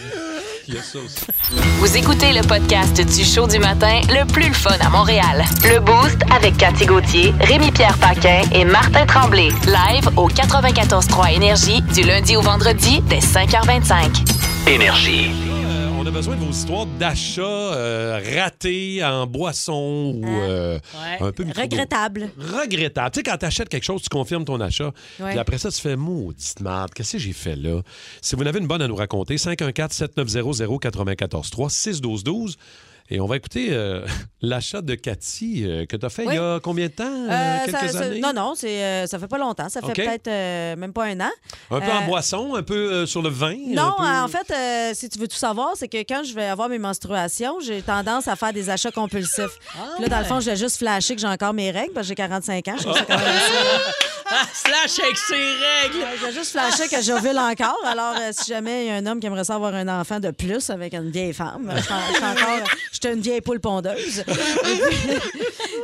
Speaker 3: Il y a ça aussi.
Speaker 1: Vous écoutez le podcast du show du matin le plus le fun à Montréal. Le Boost avec Cathy Gauthier, Rémi-Pierre Paquin et Martin Tremblay. Live au 94.3 Énergie du lundi au vendredi dès 5h25.
Speaker 3: Énergie. Euh, on a besoin de vos histoires d'achat ratés en boisson ou euh, un peu micro-dos.
Speaker 4: Ah, Regrettable.
Speaker 3: Regrettable. Tu sais, quand tu achètes quelque chose, tu confirmes ton achat.
Speaker 4: Ouais.
Speaker 3: Puis après ça, tu fais maudite merde. Qu'est-ce que j'ai fait là? Si vous en avez une bonne à nous raconter, 514-790-094-3-612-12. Et on va écouter euh, l'achat de Cathy euh, que tu as fait il y a combien de temps? euh,
Speaker 4: Euh,
Speaker 3: quelques
Speaker 4: ça- ça-
Speaker 3: années?
Speaker 4: non, non, c'est, euh, ça fait pas longtemps. Ça fait
Speaker 3: OK.
Speaker 4: peut-être euh, même pas un an.
Speaker 3: Un peu en
Speaker 4: Euh,
Speaker 3: boisson, un peu euh, sur le vin?
Speaker 4: Non,
Speaker 3: un peu-
Speaker 4: en fait, euh, si tu veux tout savoir, c'est que quand je vais avoir mes menstruations, j'ai tendance à faire des achats compulsifs.
Speaker 3: Ah,
Speaker 4: Puis là, dans le fond, je vais juste flasher que j'ai encore mes règles parce que j'ai 45 ans. Je trouve ça quand même
Speaker 5: Ah, slash avec ses règles!
Speaker 4: Euh, Je vais juste flasher que j'ovule encore. Alors, euh, si jamais il y a un homme qui aimerait ça avoir un enfant de plus avec une vieille femme, euh, je suis en- je suis encore je suis une vieille poule pondeuse. Et puis-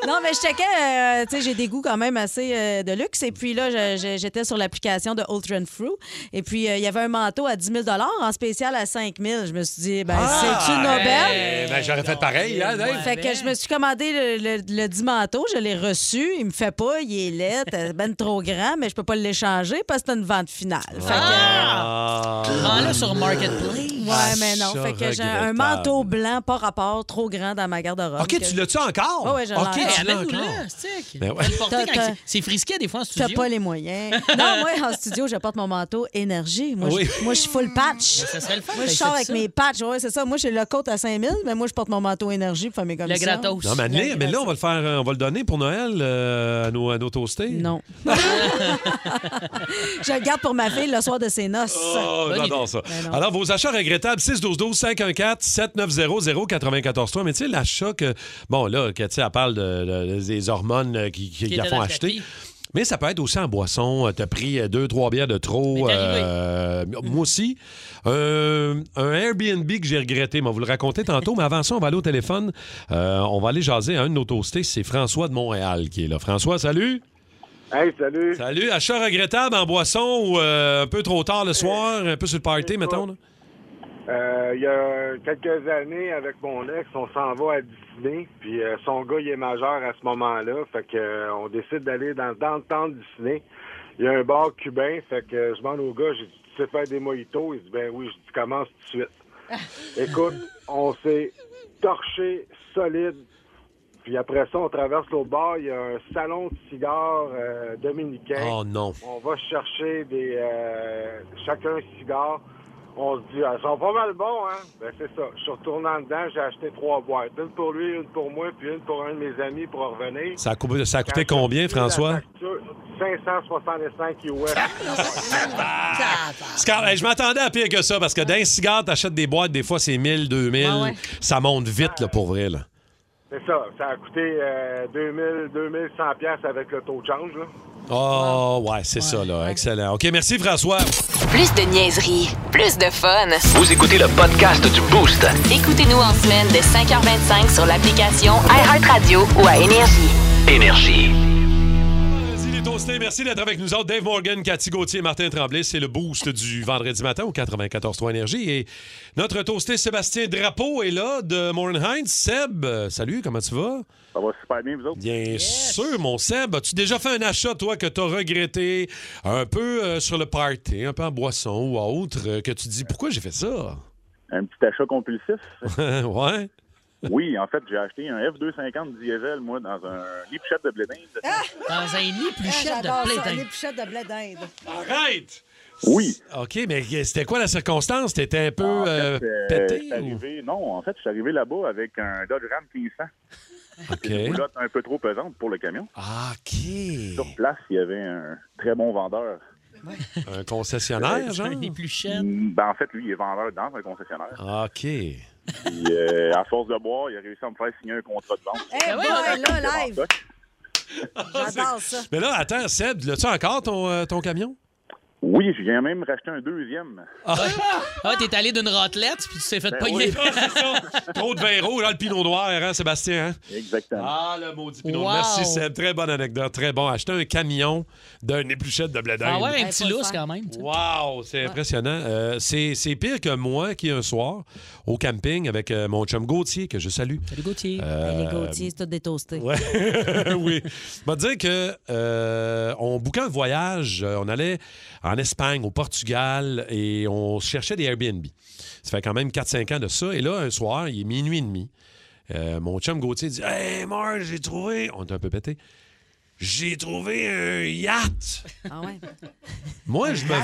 Speaker 4: non, mais je checkais, euh, tu sais, j'ai des goûts quand même assez euh, de luxe. Et puis là, je- je- j'étais sur l'application de Ultra Fruit. Et puis, euh, il y avait un manteau à 10 000 en spécial à 5 000 Je me suis dit, ben,
Speaker 3: Ah,
Speaker 4: c'est
Speaker 5: Ah,
Speaker 4: une aubaine.
Speaker 3: Eh, ben, J'aurais fait pareil, hein, Dave?
Speaker 4: Fait que je me suis commandé le, le, le dit manteau, je l'ai reçu, il me fait pas, il est laid, t'es ben trop grand, mais je peux pas l'échanger parce que c'est une vente finale. Fait que-
Speaker 3: Ah!
Speaker 5: Vends-le sur Marketplace.
Speaker 4: Ouais, mais non.
Speaker 3: Ça,
Speaker 4: Fait que j'ai un
Speaker 3: regrettable.
Speaker 4: manteau blanc, pas rapport, trop grand dans ma garde-robe.
Speaker 3: OK, tu l'as-tu encore?
Speaker 4: Oui, ouais, je l'ai
Speaker 3: OK,
Speaker 4: encore.
Speaker 3: tu l'as
Speaker 5: Amène-nous
Speaker 3: encore.
Speaker 5: là, stick.
Speaker 3: Ben ouais.
Speaker 5: Fais le porter
Speaker 4: T'as-
Speaker 5: quand
Speaker 4: t'as-
Speaker 5: c'est- C'est frisqué des fois en
Speaker 4: T'as
Speaker 5: studio.
Speaker 4: pas les moyens. Non, moi, en studio, je porte mon manteau énergie. Moi,
Speaker 5: Oui.
Speaker 4: je, moi, je suis full patch.
Speaker 5: Ça serait le fun.
Speaker 4: Moi, je
Speaker 5: Ben,
Speaker 4: sors
Speaker 5: c'est
Speaker 4: avec
Speaker 5: ça.
Speaker 4: mes patchs. Ouais, c'est ça. Moi, j'ai le coat à 5000, mais moi, je porte mon manteau énergie pour faire mes commissions.
Speaker 5: gratos.
Speaker 3: Non, mais, Annelise, mais là, on va le faire, euh, on va le donner pour Noël euh, à, nos, à nos toastés.
Speaker 4: Non. Je le garde pour ma fille le soir de ses noces.
Speaker 3: Oh, j'adore ça.
Speaker 4: Ben non.
Speaker 3: Alors, vos achats regrettables, 612-12-514-7900-943. Mais tu sais, l'achat que. Bon, là, Cathy, elle parle de, de- des hormones euh, qui, qui,
Speaker 5: Qui
Speaker 3: qui
Speaker 5: est
Speaker 3: la
Speaker 5: dans
Speaker 3: font
Speaker 5: le
Speaker 3: acheter. Mais ça peut être aussi en boisson. Euh, T'as pris euh, deux, trois bières de trop.
Speaker 5: Mais t'es arrivé.
Speaker 3: euh, moi aussi. Euh, un Airbnb que j'ai regretté. Mais vous le raconter tantôt. Mais avant ça, on va aller au téléphone. Euh, on va aller jaser à un de nos toastés. C'est François de Montréal qui est là. François, salut.
Speaker 11: Hey, salut.
Speaker 3: Salut. Achat regrettable en boisson ou euh, un peu trop tard
Speaker 11: Eh,
Speaker 3: le soir, un peu sur le party, mettons. là?
Speaker 11: Euh, Il y a quelques années, avec mon ex, on s'en va à Disney. Puis euh, son gars, il est majeur à ce moment-là. Fait que euh, on décide d'aller dans, dans le temps de Disney. Il y a un bar cubain. Fait que euh, je demande au gars, j'ai dit, tu sais faire des mojitos? Il dit, ben oui, je dis, commence tout de suite. Écoute, on s'est torché solide. Puis après ça, on traverse l'autre bar. Il y a un salon de cigares euh, dominicain.
Speaker 3: Oh non.
Speaker 11: On va chercher des euh, chacun un cigare. On se dit, ah, ils sont pas mal bons, hein? Ben, c'est ça. Je suis retourné en dedans, j'ai acheté trois boîtes. Une pour lui, une pour moi, puis une pour un de mes amis pour en revenir.
Speaker 3: Ça a, coupé- ça a coûté
Speaker 11: Quand j'ai
Speaker 3: combien,
Speaker 11: reçu la
Speaker 3: François?
Speaker 11: facture, 565 US.
Speaker 3: C'est quand- hey, je m'attendais à pire que ça parce que d'un cigare, t'achètes des boîtes, des fois c'est 1000, 2000.
Speaker 11: Ah ouais.
Speaker 3: Ça monte vite, là, pour vrai. Là.
Speaker 11: c'est ça. Ça a coûté euh, 2000, 2100 pièces avec le taux de change, là.
Speaker 3: Oh, ouais, c'est ça, là. Excellent. OK, merci, François.
Speaker 1: Plus de niaiserie, plus de fun.
Speaker 3: Vous écoutez le podcast du Boost.
Speaker 1: Écoutez-nous en semaine de 5h25 sur l'application iHeartRadio ou à Énergie.
Speaker 3: Énergie. Constée, merci d'être avec nous autres. Dave Morgan, Cathy Gauthier, Martin Tremblay, c'est le boost du vendredi matin au 94.3 Énergie. Et notre toasté Sébastien Drapeau est là de Morin Heinz. Seb, euh, salut, comment tu vas?
Speaker 15: Ça va super bien, vous autres?
Speaker 3: Bien sûr, mon Seb. As-tu déjà fait un achat, toi, que t'as regretté un peu euh, sur le party, un peu en boisson ou autre, euh, que tu te dis pourquoi j'ai fait ça?
Speaker 15: Un petit achat compulsif.
Speaker 3: ouais.
Speaker 15: Oui, en fait, j'ai acheté un F250 diesel, moi, dans un lit pichette de blé d'Inde.
Speaker 5: Dans un lit plus cher
Speaker 4: Ah, J'adore
Speaker 5: de blé
Speaker 4: ça,
Speaker 5: d'Inde.
Speaker 4: les pichettes de blé d'Inde.
Speaker 3: Arrête! Oui. OK, mais c'était quoi la circonstance? T'étais un peu
Speaker 15: En fait,
Speaker 3: euh,
Speaker 15: euh, je
Speaker 3: pété?
Speaker 15: suis arrivé- Non, en fait, je suis arrivé là-bas avec un Dodge Ram 500. Une roulotte un peu trop pesante pour le camion.
Speaker 4: Ah.
Speaker 3: Ah, OK.
Speaker 15: Sur place, il y avait un très bon vendeur.
Speaker 3: Un concessionnaire, genre?
Speaker 15: Mm, Ben, en fait, lui, il est vendeur dans un concessionnaire.
Speaker 4: Ah.
Speaker 3: OK.
Speaker 15: Puis, euh, à force de boire, il a réussi à me faire signer un contrat de vente.
Speaker 4: Eh boy, là, live! J'adore ça.
Speaker 3: Mais là, attends, Seb, l'as-tu encore ton, euh, ton camion?
Speaker 15: Oui, je viens même racheter un deuxième.
Speaker 5: Ah, t'es allé d'une ratelette, puis tu t'es fait
Speaker 15: Ben
Speaker 5: pogner.
Speaker 15: oui. Ah, c'est
Speaker 3: Trop de vin rouge, hein, le pinot noir, hein, Sébastien? hein?
Speaker 15: Exactement.
Speaker 3: Ah, le maudit Pinot.
Speaker 5: Wow.
Speaker 3: Merci, Seb. Très bonne anecdote. Très bon. Acheter un camion d'un épluchette de blé d'Inde.
Speaker 5: Ah ouais, un petit lousse quand même. tu sais.
Speaker 3: Wow, c'est impressionnant. Euh, c'est c'est pire que moi qui, un soir, au camping avec euh, mon chum Gauthier, que je salue.
Speaker 5: Salut Gauthier.
Speaker 3: Euh,
Speaker 4: Les Gauthier, c'est tout des toastés.
Speaker 3: Ouais. oui. Je vais te dire que euh, on bouquait un voyage. euh, On allait en Espagne, au Portugal, et on cherchait des Airbnb. Ça fait quand même 4-5 ans de ça. Et là, un soir, il est minuit et demi. euh, mon chum Gauthier dit Hey, moi, j'ai trouvé. On était un peu pété. J'ai trouvé un yacht.
Speaker 4: Ah ouais.
Speaker 3: Moi, je me,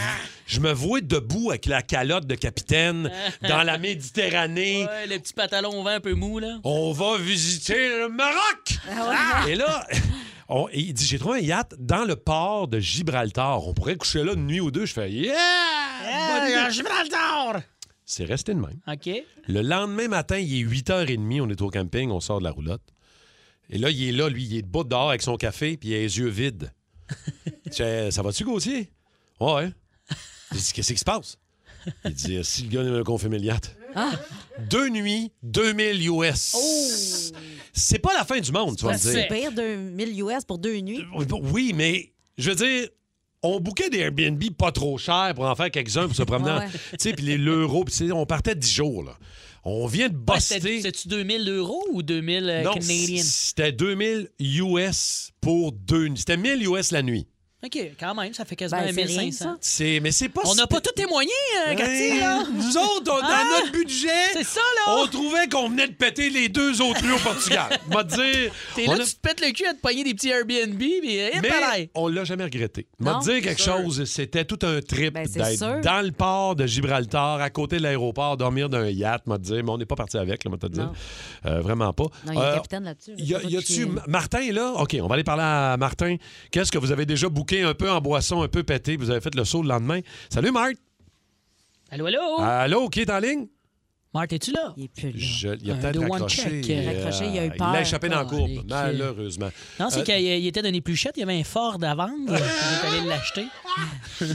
Speaker 3: je me vois debout avec la calotte de capitaine dans la Méditerranée.
Speaker 5: Ouais, le petit pantalon au vent un peu mou, là.
Speaker 3: On va visiter le Maroc.
Speaker 5: Ah ouais.
Speaker 3: Et là, on- il dit J'ai trouvé un yacht dans le port de Gibraltar. On pourrait coucher là une nuit ou deux. Je fais Yeah! bonne idée.
Speaker 5: Gibraltar!
Speaker 3: C'est resté de même.
Speaker 5: Ah, OK.
Speaker 3: Le lendemain matin, il est 8h30, on est au camping, on sort de la roulotte. Et là, il est là, lui, il est debout dehors avec son café, puis il a les yeux vides. Je fais, ça va-tu, Gauthier? Ouais. J'ai dit, qu'est-ce qui se passe? Il dit, ah, si le gars ne me confirme le yacht. Deux nuits, 2000 US. C'est pas la fin du monde, tu vas me
Speaker 4: C'est
Speaker 3: dire.
Speaker 4: pire de 1000 US pour deux nuits.
Speaker 3: Ben, Oui, mais je veux dire, on bouquait des Airbnb pas trop chers pour en faire quelques-uns pour se promener. en-
Speaker 4: Ouais.
Speaker 3: Tu sais, puis les l'euro, puis tu sais, on partait 10 jours, là. On vient de
Speaker 5: Ouais,
Speaker 3: bosser.
Speaker 5: Ben, c'était- C'est-tu 2000 euros ou 2000 euh,
Speaker 3: Non,
Speaker 5: Canadiens?
Speaker 3: c'était 2000 US pour deux nuits. C'était 1000 US la nuit.
Speaker 5: OK, quand même, ça fait quasiment
Speaker 4: Ben, c'est rien,
Speaker 5: 1500.
Speaker 3: C'est, mais c'est pas
Speaker 5: On n'a pas tout témoigné, euh, Cathy,
Speaker 3: Ouais.
Speaker 5: là.
Speaker 3: Nous autres, on,
Speaker 5: Ah!
Speaker 3: dans notre budget,
Speaker 5: C'est ça, là.
Speaker 3: on trouvait qu'on venait de péter les deux autres lieux au Portugal. Va te dire.
Speaker 5: T'es
Speaker 3: on
Speaker 5: là,
Speaker 3: a-
Speaker 5: tu te pètes le cul à te pogner des petits Airbnb, puis euh, et pareil.
Speaker 3: Mais on l'a jamais regretté.
Speaker 5: Non,
Speaker 3: Va te
Speaker 5: c'est
Speaker 3: dire quelque
Speaker 5: sûr.
Speaker 3: chose, c'était tout un trip
Speaker 5: Ben, c'est
Speaker 3: d'être
Speaker 5: sûr.
Speaker 3: dans le port de Gibraltar, à côté de l'aéroport, dormir d'un yacht, va te dire, mais on n'est pas parti avec, là, va te dire. Euh, vraiment pas.
Speaker 4: Non, il y a
Speaker 3: Euh,
Speaker 4: capitaine là-dessus. là,
Speaker 3: Y a-
Speaker 4: c'est pas
Speaker 3: y
Speaker 4: qui-
Speaker 3: a-tu M- Martin est là Ok, on va aller parler à Martin. Qu'est-ce que vous avez déjà bouqué un peu en boisson, un peu pété Vous avez fait le saut le lendemain. Salut, Marthe.
Speaker 5: Allô, allô?
Speaker 3: Allô, qui est en ligne
Speaker 5: Marthe, es-tu là? Il est plus
Speaker 3: Je- Il a
Speaker 5: Un
Speaker 3: peut-être
Speaker 5: deux, Euh, one
Speaker 3: raccroché. euh,
Speaker 5: check. Il a raccroché, il a eu
Speaker 3: Il
Speaker 5: peur.
Speaker 3: l'a échappé dans la courbe,
Speaker 5: Colique.
Speaker 3: malheureusement.
Speaker 5: Non, c'est
Speaker 3: Euh,
Speaker 5: qu'il il était dans les pluchettes, il y avait un Ford à vendre. Il est allé l'acheter.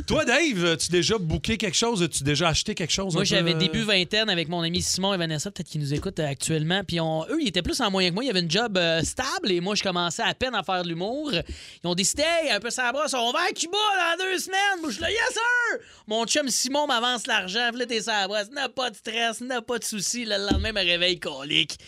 Speaker 3: Toi, Dave, as-tu déjà bouqué quelque chose As-tu déjà acheté quelque chose un
Speaker 5: Moi,
Speaker 3: peu,
Speaker 5: j'avais
Speaker 3: euh,
Speaker 5: début vingtaine avec mon ami Simon et Vanessa, peut-être qu'ils nous écoutent euh, actuellement. Puis on, eux, ils étaient plus en moyen que moi. Il y avait une job euh, stable et moi, je commençais à peine à faire de l'humour. Ils ont décidé, hey, un peu ça brosse, on va à Cuba dans deux semaines. Moi, je suis là, yes, sir! Mon chum Simon m'avance l'argent. Puis là, t'es ça brosse. N'a pas de stress, n'a pas de soucis. Le lendemain, me réveille colique.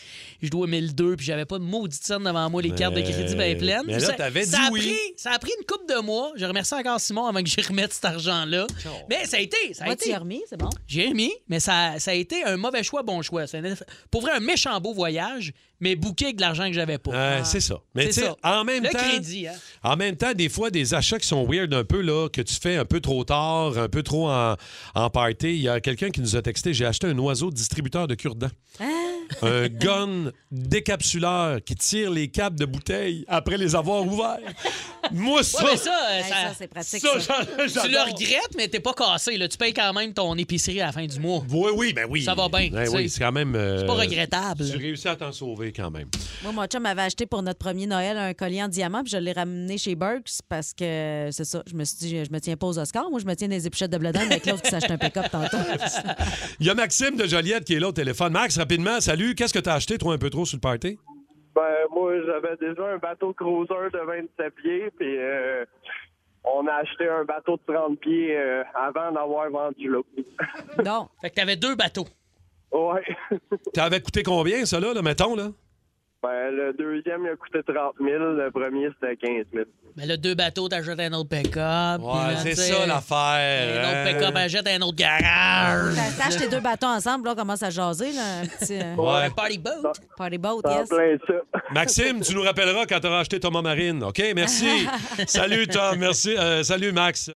Speaker 5: Je dois 1002, puis j'avais pas de maudite scène devant moi, les cartes de crédit bien pleines.
Speaker 3: mais là,
Speaker 5: Ça-
Speaker 3: t'avais
Speaker 5: ça
Speaker 3: dit
Speaker 5: a
Speaker 3: oui.
Speaker 5: pris- ça a pris une coupe de mois. Je remercie encore Simon avant que j'y remette cet argent-là. Mais ça a été. Ça a
Speaker 4: Moi,
Speaker 5: été.
Speaker 4: tu y as remis, c'est bon.
Speaker 5: J'ai aimé, mais ça, ça a été un mauvais choix, bon choix. C'est un- pour vrai, un méchant beau voyage, mais bouqué avec de l'argent que j'avais pas.
Speaker 3: Euh, C'est ça. Mais tu
Speaker 5: Ah. C'est
Speaker 3: sais,
Speaker 5: ça.
Speaker 3: en même
Speaker 5: Le
Speaker 3: temps.
Speaker 5: crédit, hein.
Speaker 3: En même temps, des fois, des achats qui sont weird un peu, là, que tu fais un peu trop tard, un peu trop en, en party. Il y a quelqu'un qui nous a texté J'ai acheté un oiseau distributeur de cure-dents.
Speaker 5: Ah.
Speaker 3: Un gun décapsuleur qui tire les câbles de bouteille après les avoir ouverts. Moi, ça.
Speaker 5: Ouais, mais ça, euh,
Speaker 4: Ouais,
Speaker 5: ça-
Speaker 4: ça, c'est pratique,
Speaker 5: ça,
Speaker 4: ça.
Speaker 5: j'en- j'adore. tu le regrettes, mais t'es pas cassé. là. Tu payes quand même ton épicerie à la fin du mois.
Speaker 3: Oui, oui, ben oui.
Speaker 5: Ça va bien.
Speaker 3: Ben
Speaker 5: tu sais.
Speaker 3: oui, c'est quand même. euh,
Speaker 5: C'est pas regrettable.
Speaker 3: Tu réussis à t'en sauver quand même.
Speaker 4: Moi, mon chum m'avait acheté pour notre premier Noël un collier en diamant, puis je l'ai ramené chez Burks parce que euh, c'est ça. Je me suis dit, je me tiens pas aux Oscars. Moi, je me tiens des épichettes de blé d'Inde avec l'autre qui s'achète un pick-up tantôt.
Speaker 3: Il y a Maxime de Joliette qui est là au téléphone. Max, rapidement, salut. Qu'est-ce que t'as acheté, toi, un peu trop sur le party?
Speaker 18: Ben, moi, j'avais déjà un bateau cruiser de 27 pieds, puis euh, on a acheté un bateau de 30 pieds euh, avant d'avoir vendu l'eau.
Speaker 4: Non.
Speaker 5: Fait que t'avais deux bateaux.
Speaker 18: Ouais.
Speaker 3: T'avais coûté combien, ça, là, là, mettons, là?
Speaker 18: Ben, le deuxième, il a coûté 30 000. Le premier, c'était 15 000.
Speaker 5: Mais Ben là, deux bateaux, t'achètes un autre pick-up. puis
Speaker 3: Ouais,
Speaker 5: là,
Speaker 3: Ah, c'est
Speaker 5: tu sais,
Speaker 3: ça l'affaire.
Speaker 5: Un
Speaker 3: hein?
Speaker 5: autre pick-up, achète un autre garage.
Speaker 4: T'as- T'achètes tes deux bateaux ensemble, là, on commence à jaser, là. Un petit. euh,
Speaker 3: Ouais.
Speaker 5: Party boat.
Speaker 4: Party boat,
Speaker 3: T'en
Speaker 4: yes.
Speaker 3: plein Maxime, tu nous rappelleras quand t'auras acheté ton marine. OK, merci. salut, Tom. Merci. Euh, salut, Max.